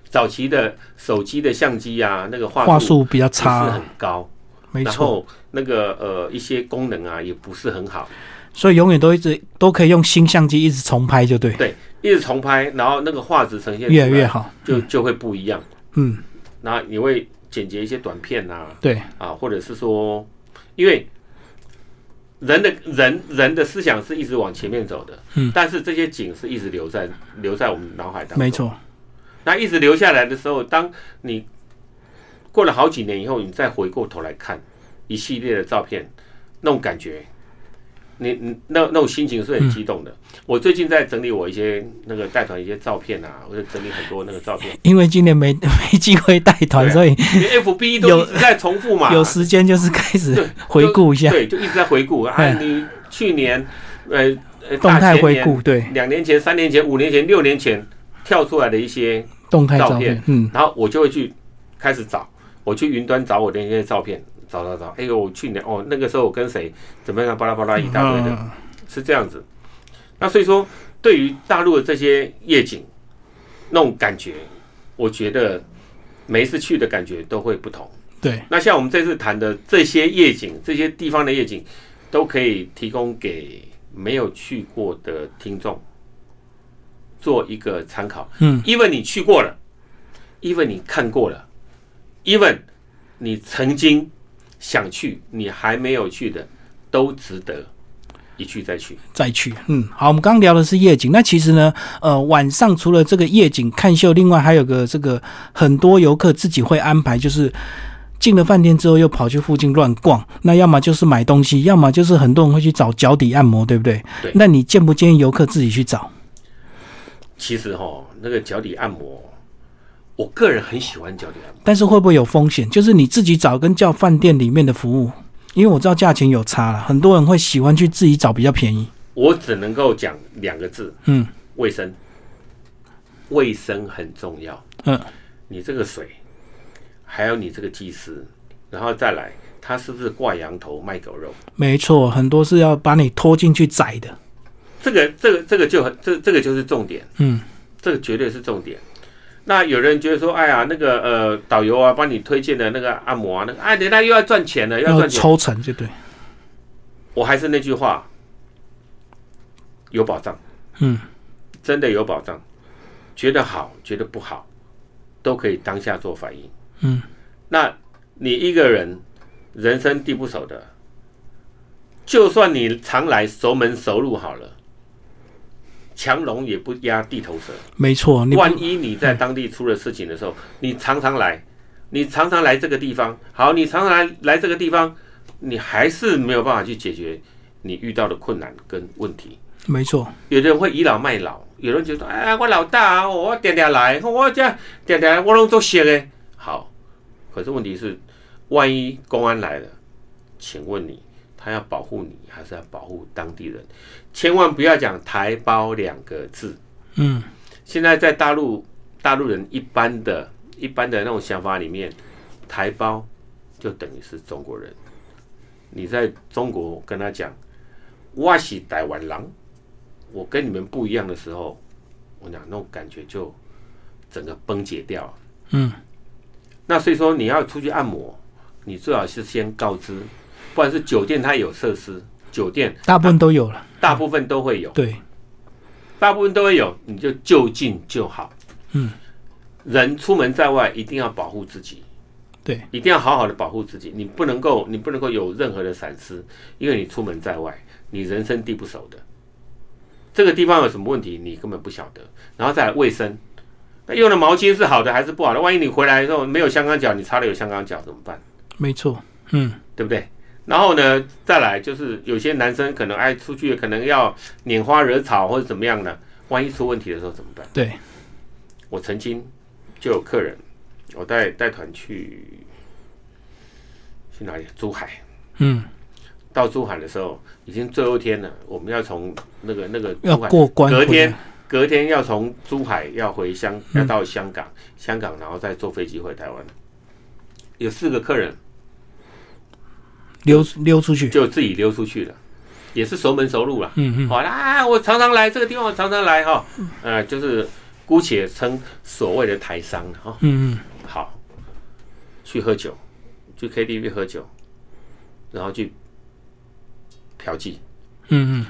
[SPEAKER 2] 早期的手机的相机啊，那个
[SPEAKER 1] 话
[SPEAKER 2] 画
[SPEAKER 1] 术比较
[SPEAKER 2] 不是很
[SPEAKER 1] 差，
[SPEAKER 2] 高，
[SPEAKER 1] 没
[SPEAKER 2] 然
[SPEAKER 1] 错。
[SPEAKER 2] 后那个呃一些功能啊也不是很好，
[SPEAKER 1] 所以永远都一直都可以用新相机一直重拍，就对，
[SPEAKER 2] 对，一直重拍，然后那个画质呈现
[SPEAKER 1] 越来
[SPEAKER 2] 出
[SPEAKER 1] 越好。
[SPEAKER 2] 就就会不一样。
[SPEAKER 1] 嗯，
[SPEAKER 2] 那你会剪辑一些短片呐、
[SPEAKER 1] 对，
[SPEAKER 2] 啊，或者是说，因为人的人人的思想是一直往前面走的，
[SPEAKER 1] 嗯，
[SPEAKER 2] 但是这些景是一直留在留在我们脑海当中，
[SPEAKER 1] 没。错，
[SPEAKER 2] 那一直留下来的时候，当你过了好几年以后，你再回过头来看一系列的照片，那种感觉，你你那那种心情
[SPEAKER 1] 嗯
[SPEAKER 2] 是很激动的。我最近在整理我一些那个带团一些照片啊，我就整理很多那个照片，
[SPEAKER 1] 因为今年没 [LAUGHS] 没机会带团，
[SPEAKER 2] 对啊
[SPEAKER 1] 所以
[SPEAKER 2] 因为 FB 都一直在重复嘛，
[SPEAKER 1] 有时间就是开始回顾一下
[SPEAKER 2] 对，就一直在回顾啊，
[SPEAKER 1] 嗯
[SPEAKER 2] 你去年呃呃
[SPEAKER 1] 动态
[SPEAKER 2] 大前
[SPEAKER 1] 回
[SPEAKER 2] 年
[SPEAKER 1] 顾，对，
[SPEAKER 2] 两年前、三年前、五年前、六年前跳出来的一些
[SPEAKER 1] 动态照
[SPEAKER 2] 照片
[SPEAKER 1] 片，嗯，
[SPEAKER 2] 然后我就会去开始找，我去云端找我的那些照片，找找找，哎呦，我去年哦那个时候我跟谁怎么样，巴拉巴拉一大堆的，
[SPEAKER 1] 嗯
[SPEAKER 2] 是这样子。那所以说，对于大陆的这些夜景，那种感觉，我觉得每一次去的感觉都会不同。
[SPEAKER 1] 对，
[SPEAKER 2] 那像我们这次谈的这些夜景，这些地方的夜景，都可以提供给没有去过的听众做一个参考。
[SPEAKER 1] 嗯
[SPEAKER 2] ，even 你去过了，even 你看过了，even 你曾经想去，你还没有去的，都值得一去再去。
[SPEAKER 1] 再去。嗯，好，我们刚刚聊的是夜景，那其实呢，呃，晚上除了这个夜景看秀，另外还有个这个很多游客自己会安排，就是。进了饭店之后，又跑去附近乱逛，那要么就是买东西，要么就是很多人会去找脚底按摩，对不对？
[SPEAKER 2] 对
[SPEAKER 1] 那你建不建议游客自己去找？
[SPEAKER 2] 其实哈，那个脚底按摩，我个人很喜欢脚底按摩。
[SPEAKER 1] 但是会不会有风险？就是你自己找跟叫饭店里面的服务，因为我知道价钱有差了，很多人会喜欢去自己找比较便宜。
[SPEAKER 2] 我只能够讲两个字，
[SPEAKER 1] 嗯
[SPEAKER 2] 卫生，卫生很重要。
[SPEAKER 1] 嗯，
[SPEAKER 2] 你这个水，还有你这个技师，然后再来，他是不是挂羊头卖狗肉？
[SPEAKER 1] 没错，很多是要把你拖进去宰的。
[SPEAKER 2] 这个、这个、这个就很，这、这个就是重点，
[SPEAKER 1] 嗯，
[SPEAKER 2] 这个绝对是重点。那有人觉得说，哎呀，那个呃，导游啊，帮你推荐的那个按摩啊，那个，哎，人家又要赚钱了，又要
[SPEAKER 1] 要
[SPEAKER 2] 赚钱。
[SPEAKER 1] 抽成就对。
[SPEAKER 2] 我还是那句话，有保障，
[SPEAKER 1] 嗯，
[SPEAKER 2] 真的有保障。觉得好，觉得不好，都可以当下做反应。
[SPEAKER 1] 嗯，
[SPEAKER 2] 那你一个人人生地不熟的，就算你常来熟门熟路好了，强龙也不压地头蛇。
[SPEAKER 1] 没错，你不
[SPEAKER 2] 万一你在当地出了事情的时候，你常常来，你常常来这个地方，好，你常常来来这个地方，你还是没有办法去解决你遇到的困难跟问题。
[SPEAKER 1] 没错，
[SPEAKER 2] 有的人会倚老卖老，有人觉得哎，我老大啊，我点点来，我这点点我拢做些的。好，可是问题是，万一公安来了，请问你，他要保护你，还是要保护当地人？千万不要讲“台胞”两个字。
[SPEAKER 1] 嗯，
[SPEAKER 2] 现在在大陆大陆人一般的一般的那种想法里面，台胞就等于是中国人。你在中国跟他讲我是台湾人，我跟你们不一样的时候，我讲那种感觉就整个崩解掉。
[SPEAKER 1] 嗯，
[SPEAKER 2] 那所以说你要出去按摩，你最好是先告知，不然是酒店它有设施，酒店
[SPEAKER 1] 大部分都有了。
[SPEAKER 2] 大部分都会有。
[SPEAKER 1] 对，
[SPEAKER 2] 大部分都会有，你就就近就好。
[SPEAKER 1] 嗯，
[SPEAKER 2] 人出门在外一定要保护自己，
[SPEAKER 1] 对，
[SPEAKER 2] 一定要好好的保护自己，你不能够你不能够有任何的闪失，因为你出门在外，你人生地不熟的，这个地方有什么问题你根本不晓得，然后再来卫生。那用的毛巾是好的还是不好的？万一你回来的时候没有香港脚，你擦了有香港脚怎么办？
[SPEAKER 1] 没错，嗯，
[SPEAKER 2] 对不对？然后呢，再来就是有些男生可能爱出去，可能要拈花惹草或者怎么样呢？万一出问题的时候怎么办？
[SPEAKER 1] 对，
[SPEAKER 2] 我曾经就有客人，我带带团去去哪里？珠海。
[SPEAKER 1] 嗯，
[SPEAKER 2] 到珠海的时候已经最后一天了，我们要从那个那个
[SPEAKER 1] 要
[SPEAKER 2] 珠海，
[SPEAKER 1] 过关
[SPEAKER 2] 隔天
[SPEAKER 1] 回来
[SPEAKER 2] 隔天要从珠海要回香，
[SPEAKER 1] 嗯
[SPEAKER 2] 要到香港，香港然后再坐飞机回台湾。有四个客人
[SPEAKER 1] 溜溜出去。
[SPEAKER 2] 就自己溜出去了，也是熟门熟路了。
[SPEAKER 1] 嗯嗯，嗯
[SPEAKER 2] 好啦、啊，我常常来这个地方，我常常来哈，呃，就是姑且称所谓的台商了哈。
[SPEAKER 1] 嗯嗯，
[SPEAKER 2] 好，去喝酒，去 KTV 喝酒，然后去嫖妓，
[SPEAKER 1] 嗯嗯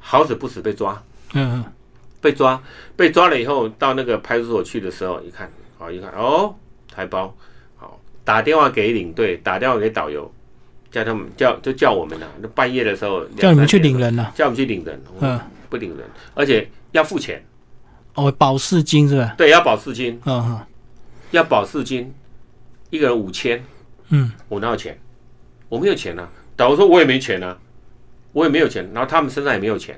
[SPEAKER 2] 好死不死被抓，
[SPEAKER 1] 嗯嗯，
[SPEAKER 2] 被抓，被抓了以后，到那个派出所去的时候，一看，好一看，哦，台胞，好，打电话给领队，打电话给导游，叫他们叫就叫我们了、那半夜的时候
[SPEAKER 1] 叫你们去领
[SPEAKER 2] 人，
[SPEAKER 1] 人了。
[SPEAKER 2] 叫我们去领人，嗯，
[SPEAKER 1] 嗯，
[SPEAKER 2] 不领人，而且要付钱，
[SPEAKER 1] 哦，保释金是吧？
[SPEAKER 2] 对，要保释金，
[SPEAKER 1] 嗯嗯
[SPEAKER 2] 要保释金，一个人五千，
[SPEAKER 1] 嗯，
[SPEAKER 2] 我哪有钱？我没有钱啊！导游说我也没钱啊，我也没有钱，然后他们身上也没有钱，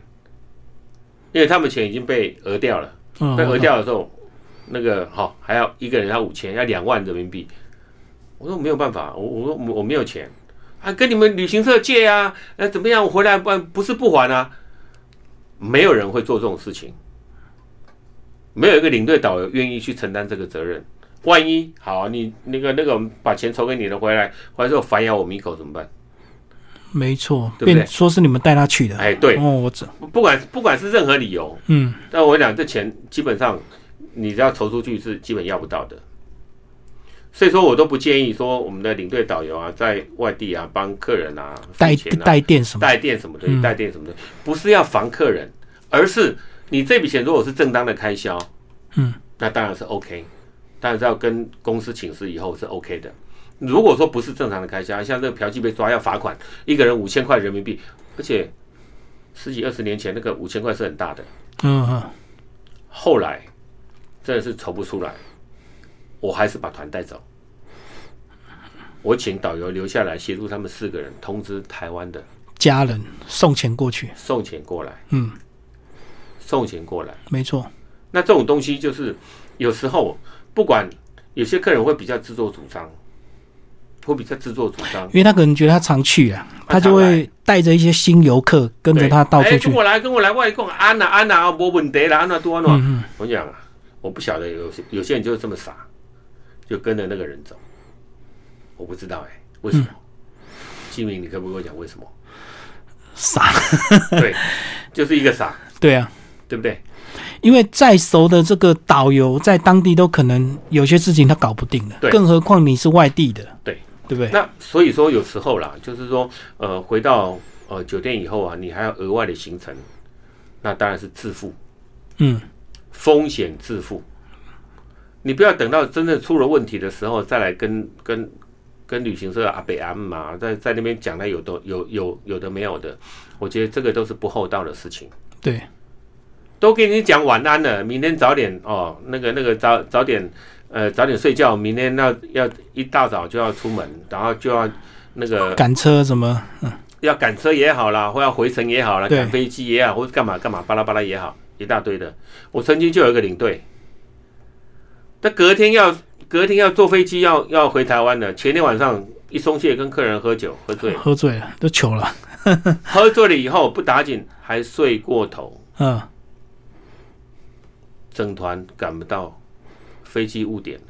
[SPEAKER 2] 因为他们钱已经被讹掉了。
[SPEAKER 1] 嗯，
[SPEAKER 2] 被讹
[SPEAKER 1] 我懂
[SPEAKER 2] 掉的时候，那个好、还要一个人要五千，要两万人民币。我说没有办法，我我说我我没有钱，啊，跟你们旅行社借啊，那、怎么样？我回来不不是不还啊？没有人会做这种事情，没有一个领队导游愿意去承担这个责任。万一好，你那个那个，我们把钱筹给你了，回来回来之后反咬我们一口怎么办？
[SPEAKER 1] 没错，
[SPEAKER 2] 对不对
[SPEAKER 1] 变说是你们带他去的。
[SPEAKER 2] 哎，对，
[SPEAKER 1] 哦，我知，
[SPEAKER 2] 不管不管是任何理由，
[SPEAKER 1] 嗯，
[SPEAKER 2] 但我讲这钱基本上你只要投出去是基本要不到的，所以说我都不建议说我们的领队导游啊，在外地啊帮客人啊
[SPEAKER 1] 带
[SPEAKER 2] 付钱啊
[SPEAKER 1] 带电什么？
[SPEAKER 2] 带店什么东
[SPEAKER 1] 嗯
[SPEAKER 2] 西，带店什么东西，不是要防客人，而是你这笔钱如果是正当的开销，
[SPEAKER 1] 嗯，
[SPEAKER 2] 那当然是 OK，当然是要跟公司请示以后是 OK 的。如果说不是正常的开销，像这个嫖妓被抓要罚款，一个人五千块人民币，而且十几二十年前那个五千块是很大的，
[SPEAKER 1] 嗯嗯，
[SPEAKER 2] 后来真的是筹不出来，我还是把团带走。我请导游留下来协助他们四个人通知台湾的
[SPEAKER 1] 家人送钱过去，
[SPEAKER 2] 送钱过来，
[SPEAKER 1] 嗯，
[SPEAKER 2] 送钱过来。
[SPEAKER 1] 没错，
[SPEAKER 2] 那这种东西就是有时候不管有些客人会比较自作主张，会比较自作主张，
[SPEAKER 1] 因为他可能觉得他常去啊，
[SPEAKER 2] 他
[SPEAKER 1] 他
[SPEAKER 2] 常
[SPEAKER 1] 就会带着一些新游客跟着他到处
[SPEAKER 2] 对哎
[SPEAKER 1] 去
[SPEAKER 2] 跟。我来，跟我来，外公安呐安呐，啊没问题啦，安呐多
[SPEAKER 1] 嗯
[SPEAKER 2] 安呐。我讲啊，我不晓得有些有些人就是这么傻，就跟着那个人走，我不知道哎、为什么？
[SPEAKER 1] 嗯
[SPEAKER 2] 金明，你可不可以跟我讲为什么？
[SPEAKER 1] 傻，
[SPEAKER 2] 对，就是一个傻，
[SPEAKER 1] [LAUGHS] 对啊，
[SPEAKER 2] 对不对？
[SPEAKER 1] 因为再熟的这个导游在当地都可能有些事情他搞不定的，
[SPEAKER 2] 对
[SPEAKER 1] 更何况你是外地的，
[SPEAKER 2] 对
[SPEAKER 1] 对不对？
[SPEAKER 2] 那所以说有时候啦，就是说呃，回到呃酒店以后啊，你还要额外的行程，那当然是自付，
[SPEAKER 1] 嗯，
[SPEAKER 2] 风险自付。你不要等到真正出了问题的时候再来跟跟跟旅行社的阿北阿姆啊，在在那边讲的有的有有有的没有的，我觉得这个都是不厚道的事情。
[SPEAKER 1] 对，
[SPEAKER 2] 都给你讲晚安了，明天早点哦，那个那个早早点，呃，早点睡觉，明天要要一大早就要出门，然后就要那个
[SPEAKER 1] 赶车什么，
[SPEAKER 2] 要赶车也好啦，或要回程也好啦，
[SPEAKER 1] 对
[SPEAKER 2] 赶飞机也好，或者干嘛干嘛巴拉巴拉也好，一大堆的。我曾经就有一个领队，他隔天要隔天要坐飞机要要回台湾的，前天晚上一松懈跟客人喝酒喝醉了，
[SPEAKER 1] [LAUGHS] 喝醉了都糗了，
[SPEAKER 2] 喝醉了以后不打紧还睡过头，
[SPEAKER 1] 嗯，
[SPEAKER 2] 整团赶不到飞机误点，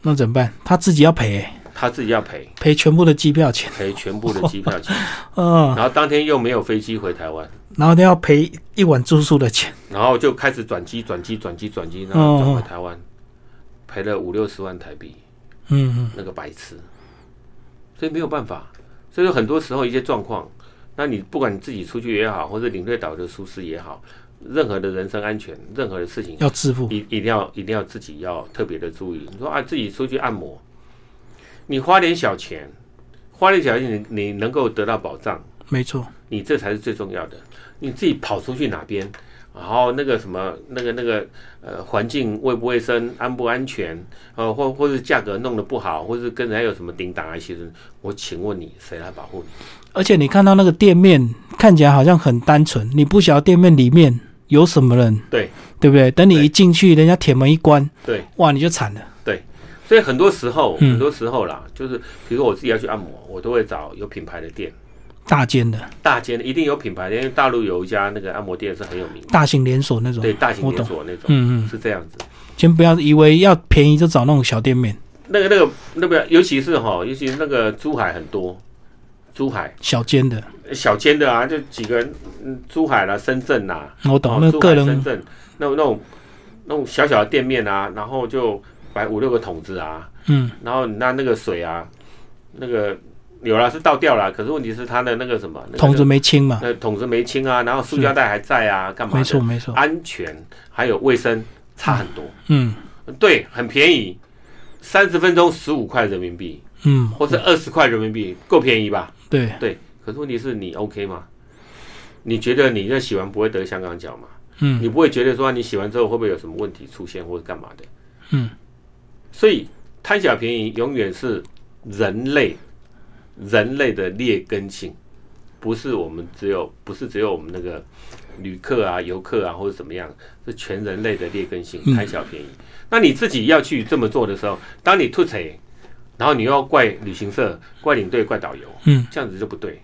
[SPEAKER 1] 那怎么办？他自己要赔、欸
[SPEAKER 2] 他自己要赔
[SPEAKER 1] 赔全部的机票钱，
[SPEAKER 2] 赔全部的机
[SPEAKER 1] [LAUGHS]
[SPEAKER 2] 票钱，
[SPEAKER 1] 嗯，
[SPEAKER 2] 然后当天又没有飞机回台湾。
[SPEAKER 1] 然后他要赔一晚住宿的钱，
[SPEAKER 2] 然后就开始转机，转机，转机，转机，然后转回台
[SPEAKER 1] 哦
[SPEAKER 2] 湾，赔了五六十万台币，
[SPEAKER 1] 嗯
[SPEAKER 2] 那个白痴，所以没有办法，所以说很多时候一些状况，那你不管你自己出去也好，或者领队导游的疏失也好，任何的人身安全，任何的事情
[SPEAKER 1] 嗯，，要自付，
[SPEAKER 2] 一一定要一定要自己要特别的注意。你说啊，自己出去按摩，你花点小钱，花点小钱你，你能够得到保障。
[SPEAKER 1] 没错，
[SPEAKER 2] 你这才是最重要的。你自己跑出去哪边，然后那个什么那个那个呃环境卫不卫生、安不安全，呃或或是价格弄得不好，或是跟人家有什么顶档啊，其实我请问你谁来保护你？
[SPEAKER 1] 而且你看到那个店面看起来好像很单纯，你不晓得店面里面有什么人，
[SPEAKER 2] 对
[SPEAKER 1] 对不对？等你
[SPEAKER 2] 对
[SPEAKER 1] 一进去，人家铁门一关，
[SPEAKER 2] 对，
[SPEAKER 1] 哇，你就惨了。
[SPEAKER 2] 所以很多时候
[SPEAKER 1] 嗯
[SPEAKER 2] 很多时候啦，就是比如说我自己要去按摩，我都会找有品牌的店，
[SPEAKER 1] 大间的
[SPEAKER 2] 大间的一定有品牌的，因为大陆有一家那个按摩店是很有名的，
[SPEAKER 1] 大型连锁那种，
[SPEAKER 2] 对大型
[SPEAKER 1] 哦我
[SPEAKER 2] 连
[SPEAKER 1] 懂。
[SPEAKER 2] 锁那种
[SPEAKER 1] 嗯嗯，
[SPEAKER 2] 是这样子。
[SPEAKER 1] 先不要以为要便宜就找那种小店面，
[SPEAKER 2] 那个那个那个，尤其是哈，尤其是那个珠海很多，珠海。
[SPEAKER 1] 小间的，
[SPEAKER 2] 小间的啊，就几个人，嗯，珠海啦、深圳啦，
[SPEAKER 1] 我
[SPEAKER 2] 哦
[SPEAKER 1] 懂。那
[SPEAKER 2] 珠
[SPEAKER 1] 个
[SPEAKER 2] 海
[SPEAKER 1] 个
[SPEAKER 2] 深
[SPEAKER 1] 人
[SPEAKER 2] 圳那种那种那种小小的店面啊，然后就摆五六个桶子啊，
[SPEAKER 1] 嗯，
[SPEAKER 2] 然后你拿那个水啊，那个有啦是倒掉啦，可是问题是它的那个什么，那个
[SPEAKER 1] 桶子没清嘛，
[SPEAKER 2] 那桶子没清啊，然后塑胶袋还在啊，干嘛的？
[SPEAKER 1] 没错，没错，
[SPEAKER 2] 安全还有卫生差很多，
[SPEAKER 1] 嗯
[SPEAKER 2] 对，很便宜，三十分钟十五块人民币，
[SPEAKER 1] 嗯，
[SPEAKER 2] 或者二十块人民币，够便宜吧？
[SPEAKER 1] 对，
[SPEAKER 2] 对，可是问题是你 OK 吗？你觉得你那洗完不会得香港脚吗？
[SPEAKER 1] 嗯
[SPEAKER 2] 你不会觉得说你洗完之后会不会有什么问题出现或者干嘛的？
[SPEAKER 1] 嗯，
[SPEAKER 2] 所以贪小便宜永远是人类人类的劣根性，不是我们只有不是只有我们那个旅客啊、游客啊或者怎么样，是全人
[SPEAKER 1] 嗯
[SPEAKER 2] 类的劣根性，贪小便宜。那你自己要去这么做的时候，当你吐槽，然后你又要怪旅行社、怪领队、怪导游，
[SPEAKER 1] 嗯，
[SPEAKER 2] 这样子就不对。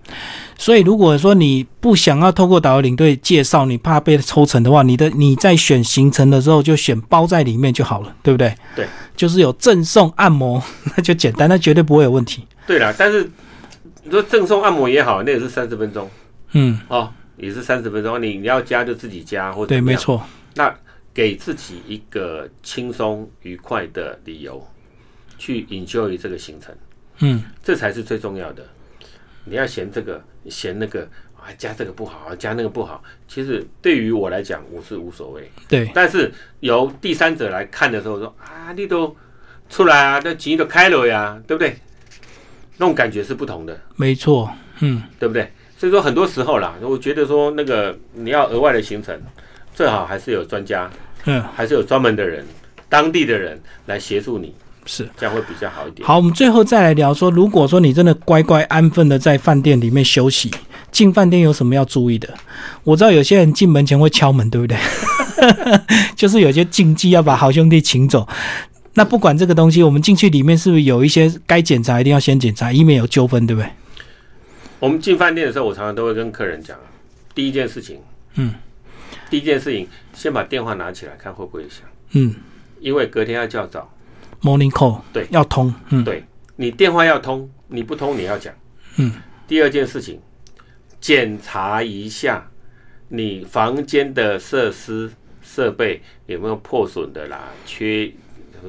[SPEAKER 1] 所以如果说你不想要透过导游领队介绍，你怕被抽成的话，你的你在选行程的时候就选包在里面就好了，对不对？
[SPEAKER 2] 对，
[SPEAKER 1] 就是有赠送按摩，那就简单，那绝对不会有问题。
[SPEAKER 2] 对啦，但是你说赠送按摩也好，那也是三十分钟
[SPEAKER 1] 嗯，
[SPEAKER 2] 哦，也是三十分钟。你你要加就自己加，或者
[SPEAKER 1] 对，
[SPEAKER 2] 怎么
[SPEAKER 1] 没
[SPEAKER 2] 样，
[SPEAKER 1] 错，
[SPEAKER 2] 给自己一个轻松愉快的理由去 enjoy 这个行程，
[SPEAKER 1] 嗯，
[SPEAKER 2] 这才是最重要的。你要嫌这个，嫌那个啊，加这个不好，加那个不好。其实对于我来讲，我是无所谓。
[SPEAKER 1] 对，
[SPEAKER 2] 但是由第三者来看的时候说啊，你都出来啊，那钱都开了呀，对不对？那种感觉是不同的，
[SPEAKER 1] 没错，嗯，
[SPEAKER 2] 对不对？所以说很多时候啦，我觉得说那个你要额外的行程，最好还是有专家，
[SPEAKER 1] 嗯，
[SPEAKER 2] 还是有专门的人，当地的人来协助你，
[SPEAKER 1] 是。
[SPEAKER 2] 这样会比较好一点。
[SPEAKER 1] 好，我们最后再来聊说，如果说你真的乖乖安分的在饭店里面休息，进饭店有什么要注意的？我知道有些人进门前会敲门，对不对？ [LAUGHS] 就是有些禁忌要把好兄弟请走。那不管这个东西，我们进去里面是不是有一些该检查一定要先检查，以免有纠纷，对不对？
[SPEAKER 2] 我们进饭店的时候，我常常都会跟客人讲，啊第一件事情，
[SPEAKER 1] 嗯，
[SPEAKER 2] 第一件事情，先把电话拿起来看会不会响，
[SPEAKER 1] 嗯
[SPEAKER 2] 因为隔天要较早。
[SPEAKER 1] ，morning call，
[SPEAKER 2] 对
[SPEAKER 1] 要通，嗯，
[SPEAKER 2] 对你电话要通，你不通你要讲。
[SPEAKER 1] 嗯。
[SPEAKER 2] 第二件事情，检查一下你房间的设施设备有没有破损的啦，缺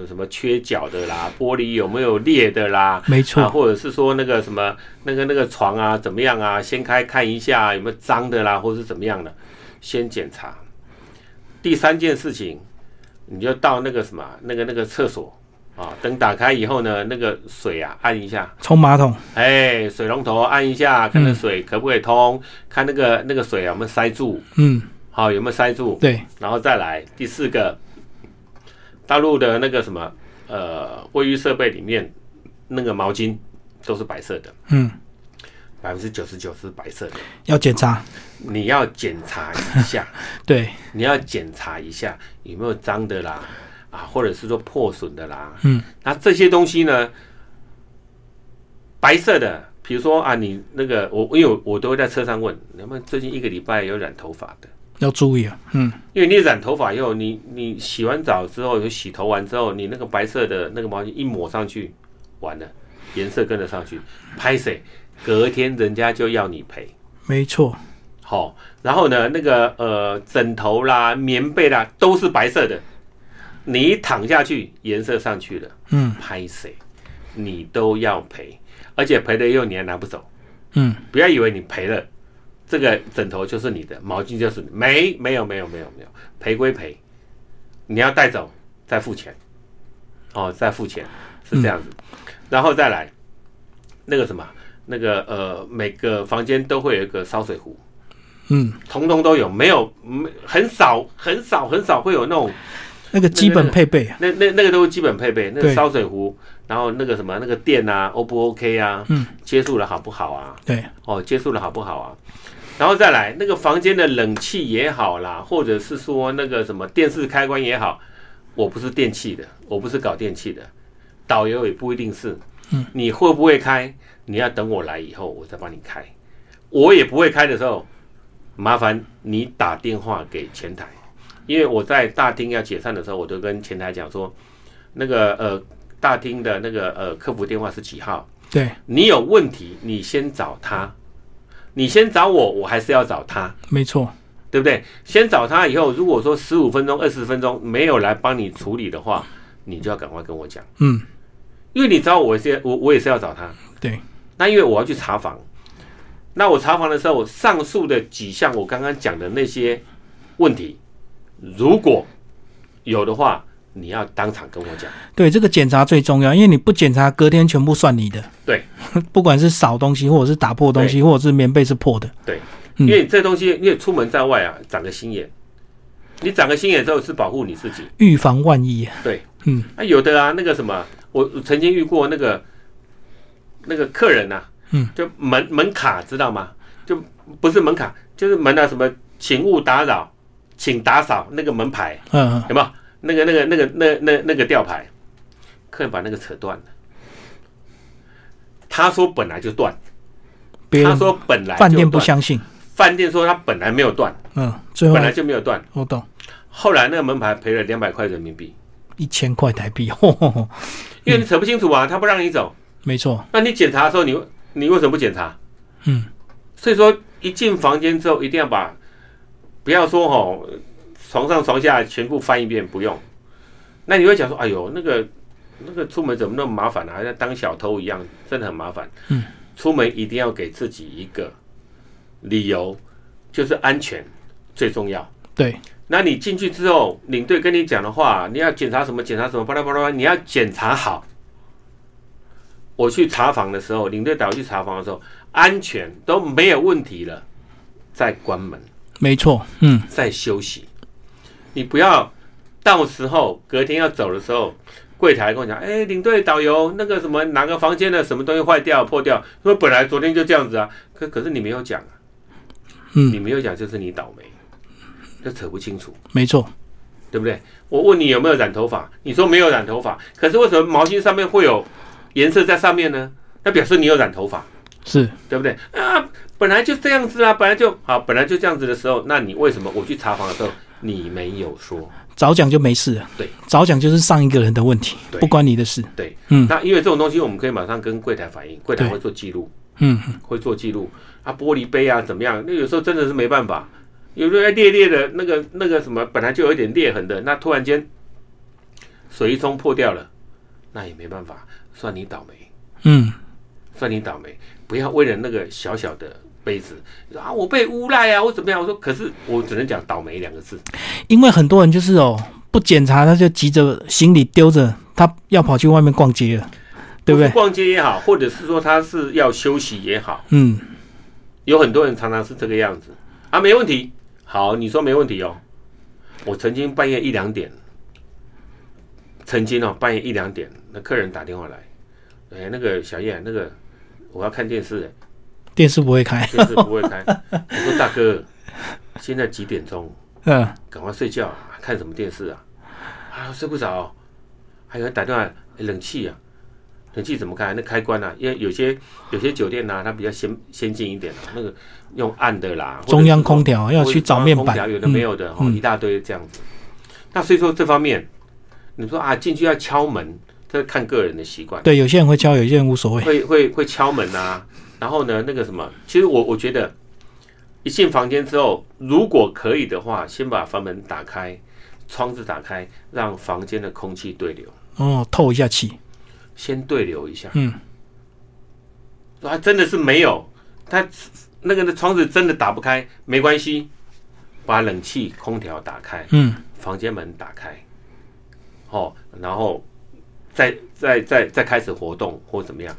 [SPEAKER 2] 什么缺角的啦，玻璃有没有裂的啦。
[SPEAKER 1] 没
[SPEAKER 2] 啊，
[SPEAKER 1] 错，
[SPEAKER 2] 或者是说那个什么那个那个床啊怎么样啊？掀开看一下有没有脏的啦，或是怎么样的，先检查。第三件事情，你就到那个什么那个那个厕所啊，灯打开以后呢，那个水啊按一下，
[SPEAKER 1] 冲马桶，
[SPEAKER 2] 哎，水龙头按一下，看那水可不可以通，看那个那个水啊有没有塞住，
[SPEAKER 1] 嗯，
[SPEAKER 2] 好、有没有塞住，
[SPEAKER 1] 对，
[SPEAKER 2] 然后再来第四个，大陆的那个什么呃卫浴设备里面那个毛巾都是白色的，
[SPEAKER 1] 嗯，
[SPEAKER 2] 百分之九十九是白色的，
[SPEAKER 1] 要检查，
[SPEAKER 2] 你要检查一下，
[SPEAKER 1] 对，
[SPEAKER 2] 你要检查一下有没有脏的啦，啊，或者是说破损的啦，
[SPEAKER 1] 嗯，
[SPEAKER 2] 那这些东西呢，白色的。比如说啊，你那个我，因为我我都会在车上问，能不能最近一个礼拜有染头发的？
[SPEAKER 1] 要注意啊，嗯，
[SPEAKER 2] 因为你染头发以后，你你洗完澡之后，有洗头完之后，你那个白色的那个毛巾一抹上去，完了，颜色跟得上去，拍谁？隔天人家就要你赔。
[SPEAKER 1] 没错，
[SPEAKER 2] 好、然后呢，那个呃枕头啦、棉被啦都是白色的，你一躺下去，颜色上去了，
[SPEAKER 1] 嗯
[SPEAKER 2] 拍谁？你都要赔，而且赔了以后你还拿不走。
[SPEAKER 1] 嗯，
[SPEAKER 2] 不要以为你赔了，这个枕头就是你的，毛巾就是你的没没有没有没有没有赔归赔，你要带走再付钱，哦，再付钱是这样子，然后再来那个什么那个呃，每个房间都会有一个烧水壶，
[SPEAKER 1] 嗯，
[SPEAKER 2] 通通都有，没有没很少很少很少会有那种
[SPEAKER 1] 那个基本配备啊，
[SPEAKER 2] 那那那个都是基本配备，那个
[SPEAKER 1] 对
[SPEAKER 2] 烧水壶，然后那个什么那个电啊，O 不 OK 啊，
[SPEAKER 1] 嗯，
[SPEAKER 2] 接触了好不好啊？
[SPEAKER 1] 对，
[SPEAKER 2] 哦，接触的好不好啊？然后再来那个房间的冷气也好啦，或者是说那个什么电视开关也好，我不是电器的，我不是搞电器的，导游也不一定是。
[SPEAKER 1] 嗯，
[SPEAKER 2] 你会不会开？你要等我来以后，我再帮你开。我也不会开的时候，麻烦你打电话给前台，因为我在大厅要解散的时候，我就跟前台讲说，那个呃大厅的那个呃客服电话是几号？
[SPEAKER 1] 对，
[SPEAKER 2] 你有问题，你先找他，你先找我，我还是要找他，
[SPEAKER 1] 没错，
[SPEAKER 2] 对不对？先找他以后，如果说十五分钟、二十分钟没有来帮你处理的话，你就要赶快跟我讲，
[SPEAKER 1] 嗯，
[SPEAKER 2] 因为你找我也是我我也是要找他，
[SPEAKER 1] 对，
[SPEAKER 2] 那因为我要去查房，那我查房的时候，我上述的几项我刚刚讲的那些问题，如果有的话，你要当场跟我讲。
[SPEAKER 1] 对，这个检查最重要，因为你不检查，隔天全部算你的。
[SPEAKER 2] 对，
[SPEAKER 1] [LAUGHS] 不管是少东西，或者是打破东西，或者是棉被是破的，嗯
[SPEAKER 2] 因为这东西，因为出门在外啊，长个心眼。你长个心眼之后是保护你自己。
[SPEAKER 1] 预防万一。
[SPEAKER 2] 对，
[SPEAKER 1] 嗯
[SPEAKER 2] 啊，有的啊，那个什么，我我曾经遇过那个那个客人呐、啊，
[SPEAKER 1] 嗯，
[SPEAKER 2] 就门门卡知道吗？就不是门卡，就是门啊什么，请勿打扰，请打扫那个门牌
[SPEAKER 1] 嗯、呃
[SPEAKER 2] 有没有？那个那个那个那那那个吊牌，客人把那个扯断了，他说本来就断，
[SPEAKER 1] 别
[SPEAKER 2] 他
[SPEAKER 1] 人
[SPEAKER 2] 说本来就
[SPEAKER 1] 饭店不
[SPEAKER 2] 断，
[SPEAKER 1] 相信，
[SPEAKER 2] 饭店说他本来没有断，
[SPEAKER 1] 嗯，最后
[SPEAKER 2] 本来就没有断。
[SPEAKER 1] 我懂
[SPEAKER 2] 后来那个门牌赔了两百块人民币，
[SPEAKER 1] 一千块台币， [LAUGHS] 吼吼吼，
[SPEAKER 2] 因为你扯不清楚啊，他不让你走。
[SPEAKER 1] 没错，
[SPEAKER 2] 那你检查的时候你，你为什么不检查？
[SPEAKER 1] 哦嗯，
[SPEAKER 2] 所以说一进房间之后，一定要把不要说哦，床上床下全部翻一遍，不用。那你会讲说，哎呦，那个那个出门怎么那么麻烦啊？像当小偷一样，真的很麻烦。
[SPEAKER 1] 嗯，
[SPEAKER 2] 出门一定要给自己一个理由，就是安全最重要。
[SPEAKER 1] 对，
[SPEAKER 2] 那你进去之后，领队跟你讲的话，你要检查什么检查什么，巴拉巴拉，巴拉，你要检查好。我去查房的时候，领队导游去查房的时候，安全都没有问题了，再关门，
[SPEAKER 1] 没错，嗯，
[SPEAKER 2] 再休息。你不要到时候隔天要走的时候，柜台跟我讲，哎、领队导游那个什么哪个房间的什么东西坏掉破掉，说本来昨天就这样子啊，可可是你没有讲啊，
[SPEAKER 1] 嗯
[SPEAKER 2] 你没有讲就是你倒霉，就扯不清楚。
[SPEAKER 1] 没错，
[SPEAKER 2] 对不对？我问你有没有染头发，你说没有染头发，可是为什么毛巾上面会有颜色在上面呢？那表示你有染头发，
[SPEAKER 1] 是
[SPEAKER 2] 对不对？啊，本来就这样子啊，本来就好，本来就这样子的时候，那你为什么我去查房的时候你没有说？
[SPEAKER 1] 早讲就没事了，
[SPEAKER 2] 对，
[SPEAKER 1] 早讲就是上一个人的问题，
[SPEAKER 2] 对
[SPEAKER 1] 不关你的事，
[SPEAKER 2] 对，
[SPEAKER 1] 嗯
[SPEAKER 2] 那因为这种东西我们可以马上跟柜台反映，柜台
[SPEAKER 1] 对
[SPEAKER 2] 会做记录，
[SPEAKER 1] 嗯，
[SPEAKER 2] 会做记录啊，玻璃杯啊怎么样？那有时候真的是没办法，有的裂裂的那个那个什么，本来就有一点裂痕的，那突然间水一冲破掉了，那也没办法，算你倒霉。
[SPEAKER 1] 嗯，
[SPEAKER 2] 算你倒霉，不要为了那个小小的杯子你说啊，我被诬赖啊，我怎么样？我说，可是我只能讲倒霉两个字。
[SPEAKER 1] 因为很多人就是哦，不检查他就急着行李丢着，他要跑去外面逛街了，对不
[SPEAKER 2] 是
[SPEAKER 1] 对？
[SPEAKER 2] 逛街也好，或者是说他是要休息也好，
[SPEAKER 1] 嗯，
[SPEAKER 2] 有很多人常常是这个样子啊，没问题。好，你说没问题哦。我曾经半夜一两点，曾经哦半夜一两点，那客人打电话来，哎，那个小叶，那个我要看电视，哎
[SPEAKER 1] 电视不会开，
[SPEAKER 2] 电视不会开。我说大哥，现在几点钟？
[SPEAKER 1] 嗯，
[SPEAKER 2] 赶快睡觉、啊，看什么电视啊？啊，睡不着。还有人打电话，诶冷气啊，冷气怎么开？那开关啊，因为有些有些酒店呐、啊，它比较先先进一点、啊，那个用暗的啦，
[SPEAKER 1] 中央空调要
[SPEAKER 2] 或者
[SPEAKER 1] 去
[SPEAKER 2] 是
[SPEAKER 1] 找
[SPEAKER 2] 中央
[SPEAKER 1] 面
[SPEAKER 2] 空调
[SPEAKER 1] 板，
[SPEAKER 2] 有的没有的，哦，
[SPEAKER 1] 嗯
[SPEAKER 2] 一大堆这样子。那所以说这方面，你说啊，进去要敲门，这看个人的习惯。
[SPEAKER 1] 对，有些人会敲，有些人无所谓，
[SPEAKER 2] 会会会敲门啊，然后呢，那个什么，其实我我觉得，一进房间之后，如果可以的话，先把房门打开，窗子打开，让房间的空气对流，
[SPEAKER 1] 哦，透一下气，
[SPEAKER 2] 先对流一下。
[SPEAKER 1] 嗯，
[SPEAKER 2] 啊，真的是没有，他那个的窗子真的打不开，没关系，把冷气、空调打开，
[SPEAKER 1] 嗯，
[SPEAKER 2] 房间门打开，哦，然后再再再再开始活动或怎么样，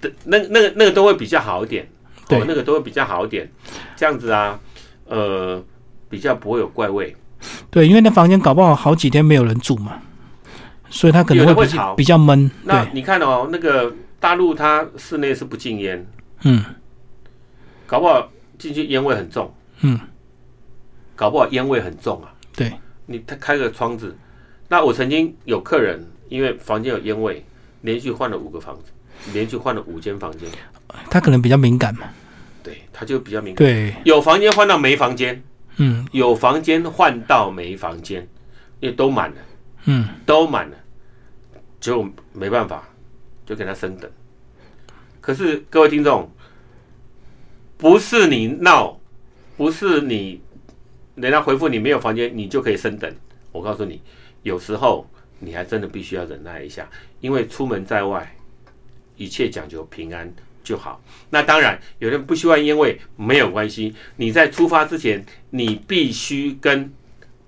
[SPEAKER 2] 的那那个那个都会比较好一点，
[SPEAKER 1] 对
[SPEAKER 2] 哦，那个都会比较好一点，这样子啊，呃，比较不会有怪味。
[SPEAKER 1] 对，因为那房间搞不好好几天没有人住嘛，所以他可能
[SPEAKER 2] 有的
[SPEAKER 1] 会
[SPEAKER 2] 会
[SPEAKER 1] 比
[SPEAKER 2] 吵
[SPEAKER 1] 比较闷，
[SPEAKER 2] 那
[SPEAKER 1] 对，
[SPEAKER 2] 你看哦，那个大陆它室内是不禁烟，
[SPEAKER 1] 嗯，
[SPEAKER 2] 搞不好进去烟味很重，
[SPEAKER 1] 嗯，
[SPEAKER 2] 搞不好烟味很重啊。
[SPEAKER 1] 对，
[SPEAKER 2] 你他开个窗子，那我曾经有客人因为房间有烟味，连续换了五个房子，连续换了五间房间，
[SPEAKER 1] 他可能比较敏感
[SPEAKER 2] 嗯
[SPEAKER 1] 嘛，
[SPEAKER 2] 对，他就比较敏感。
[SPEAKER 1] 对，
[SPEAKER 2] 有房间换到没房间，
[SPEAKER 1] 嗯
[SPEAKER 2] 有房间换到没房间，因为都满了，
[SPEAKER 1] 嗯，
[SPEAKER 2] 都满了，结果没办法，就给他升等。可是各位听众，不是你闹，不是你人家回复你没有房间，你就可以升等。我告诉你，有时候你还真的必须要忍耐一下，因为出门在外，一切讲究平安就好。那当然，有人不喜欢烟味没有关系，你在出发之前，你必须跟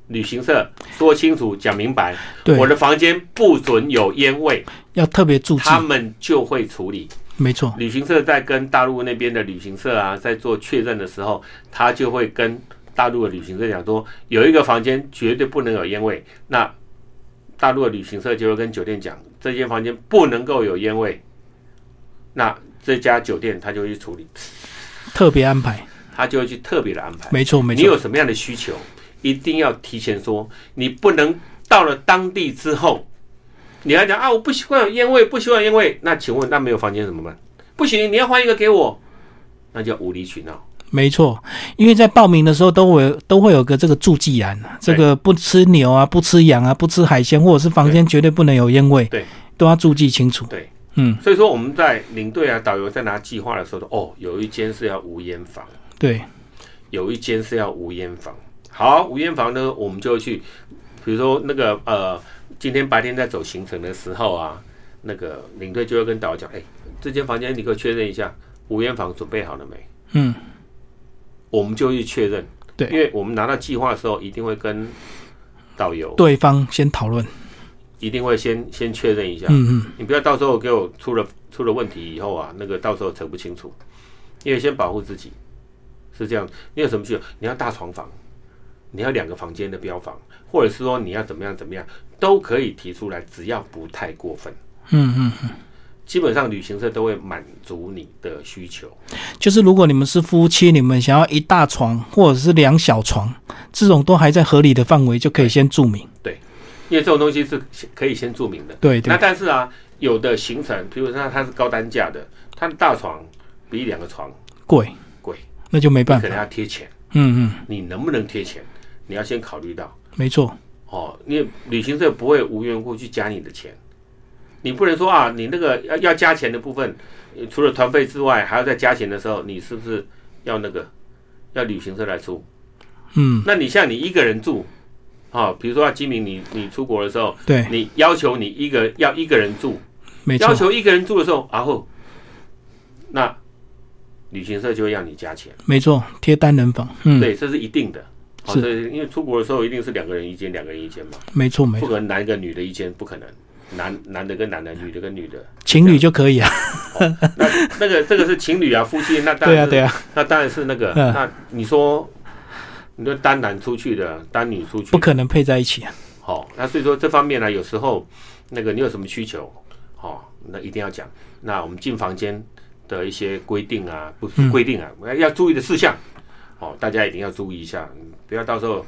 [SPEAKER 2] 旅行社说清楚、讲明白，
[SPEAKER 1] 对
[SPEAKER 2] 我，的房间不准有烟味，
[SPEAKER 1] 要特别注意，
[SPEAKER 2] 他们就会处理。
[SPEAKER 1] 没错，
[SPEAKER 2] 旅行社在跟大陆那边的旅行社啊，在做确认的时候，他就会跟大陆的旅行社讲说，有一个房间绝对不能有烟味。那大陆的旅行社就会跟酒店讲，这间房间不能够有烟味。那这家酒店他就会去处理，
[SPEAKER 1] 特别安排，
[SPEAKER 2] 他就会去特别的安排。
[SPEAKER 1] 没错没
[SPEAKER 2] 你
[SPEAKER 1] 错，
[SPEAKER 2] 有什么样的需求，一定要提前说，你不能到了当地之后，你还讲啊，我不习惯有烟味，不习惯有烟味，那请问那没有房间怎么办？不行，你要换一个给我，那叫无理取闹。
[SPEAKER 1] 没错，因为在报名的时候都会有都会有个这个注记栏啊，这个不吃牛啊，不吃羊啊，不吃海鲜，或者是房间绝对不能有烟味，
[SPEAKER 2] 对，
[SPEAKER 1] 都要注记清楚。
[SPEAKER 2] 对，
[SPEAKER 1] 嗯，
[SPEAKER 2] 所以说我们在领队啊、导游在拿计划的时候说，哦，有一间是要无烟房，
[SPEAKER 1] 对，
[SPEAKER 2] 有一间是要无烟房。好，无烟房呢，我们就会去，比如说那个呃，今天白天在走行程的时候啊，那个领队就会跟导游讲，哎，这间房间你可以确认一下，无烟房准备好了没？
[SPEAKER 1] 嗯，
[SPEAKER 2] 我们就去确认。
[SPEAKER 1] 对
[SPEAKER 2] 因为我们拿到计划的时候，一定会跟导游
[SPEAKER 1] 对方先讨论。
[SPEAKER 2] 一定会先先确认一下，
[SPEAKER 1] 嗯嗯，
[SPEAKER 2] 你不要到时候给我出了出了问题以后啊，那个到时候扯不清楚，因为先保护自己是这样。你有什么需求？你要大床房，你要两个房间的标房，或者是说你要怎么样怎么样，都可以提出来，只要不太过分。
[SPEAKER 1] 嗯嗯，
[SPEAKER 2] 基本上旅行社都会满足你的需求。
[SPEAKER 1] 就是如果你们是夫妻，你们想要一大床或者是两小床，这种都还在合理的范围，就可以先注明。
[SPEAKER 2] 因为这种东西是先可以先注明的。
[SPEAKER 1] 对
[SPEAKER 2] 那
[SPEAKER 1] 对，
[SPEAKER 2] 但是啊，有的行程，比如说它是高单价的，它的大床比两个床，
[SPEAKER 1] 贵
[SPEAKER 2] 贵，
[SPEAKER 1] 那就没
[SPEAKER 2] 你
[SPEAKER 1] 办
[SPEAKER 2] 可
[SPEAKER 1] 法
[SPEAKER 2] 能。要贴钱，
[SPEAKER 1] 嗯嗯，
[SPEAKER 2] 你能不能贴钱，你要先考虑到。
[SPEAKER 1] 没错，
[SPEAKER 2] 哦，你旅行社不会无缘无故去加你的钱，你不能说啊，你那个要要加钱的部分，呃除了团费之外，还要再加钱的时候，你是不是要那个要旅行社来出？
[SPEAKER 1] 嗯，
[SPEAKER 2] 那你像你一个人住，啊、比如说啊，金明，你你出国的时候，
[SPEAKER 1] 对，
[SPEAKER 2] 你要求你一个要一个人住，
[SPEAKER 1] 没错，
[SPEAKER 2] 要求一个人住的时候，然后那旅行社就会要你加钱，
[SPEAKER 1] 没错，贴单人房。嗯，
[SPEAKER 2] 对，这是一定的。哦，
[SPEAKER 1] 是
[SPEAKER 2] 对，因为出国的时候一定是两个人一间，两个人一间嘛。
[SPEAKER 1] 没错没
[SPEAKER 2] 不
[SPEAKER 1] 错，
[SPEAKER 2] 可能男跟女的一间，不可能，男男的跟男的，女的跟女的，
[SPEAKER 1] 情侣就可以啊。
[SPEAKER 2] 那那个这个是情侣啊，夫妻，那当
[SPEAKER 1] 对啊
[SPEAKER 2] 然是，
[SPEAKER 1] 对啊，
[SPEAKER 2] 那当然是那个，
[SPEAKER 1] 嗯
[SPEAKER 2] 那你说，你说单男出去的，单女出去，
[SPEAKER 1] 不可能配在一起啊。
[SPEAKER 2] 好、那所以说这方面呢，有时候那个你有什么需求，好、那一定要讲。那我们进房间的一些规定啊，不是规定啊，要注意的事项，哦，大家一定要注意一下，不要到时候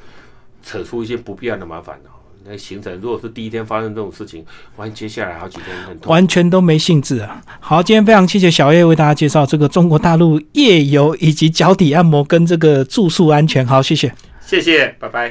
[SPEAKER 2] 扯出一些不必要的麻烦哦。那行程如果是第一天发生这种事情，万一接下来好几天很痛。
[SPEAKER 1] 完全都没兴致啊！好，今天非常谢谢小叶为大家介绍这个中国大陆夜游以及脚底按摩跟这个住宿安全。好，谢谢。
[SPEAKER 2] 谢谢，拜拜。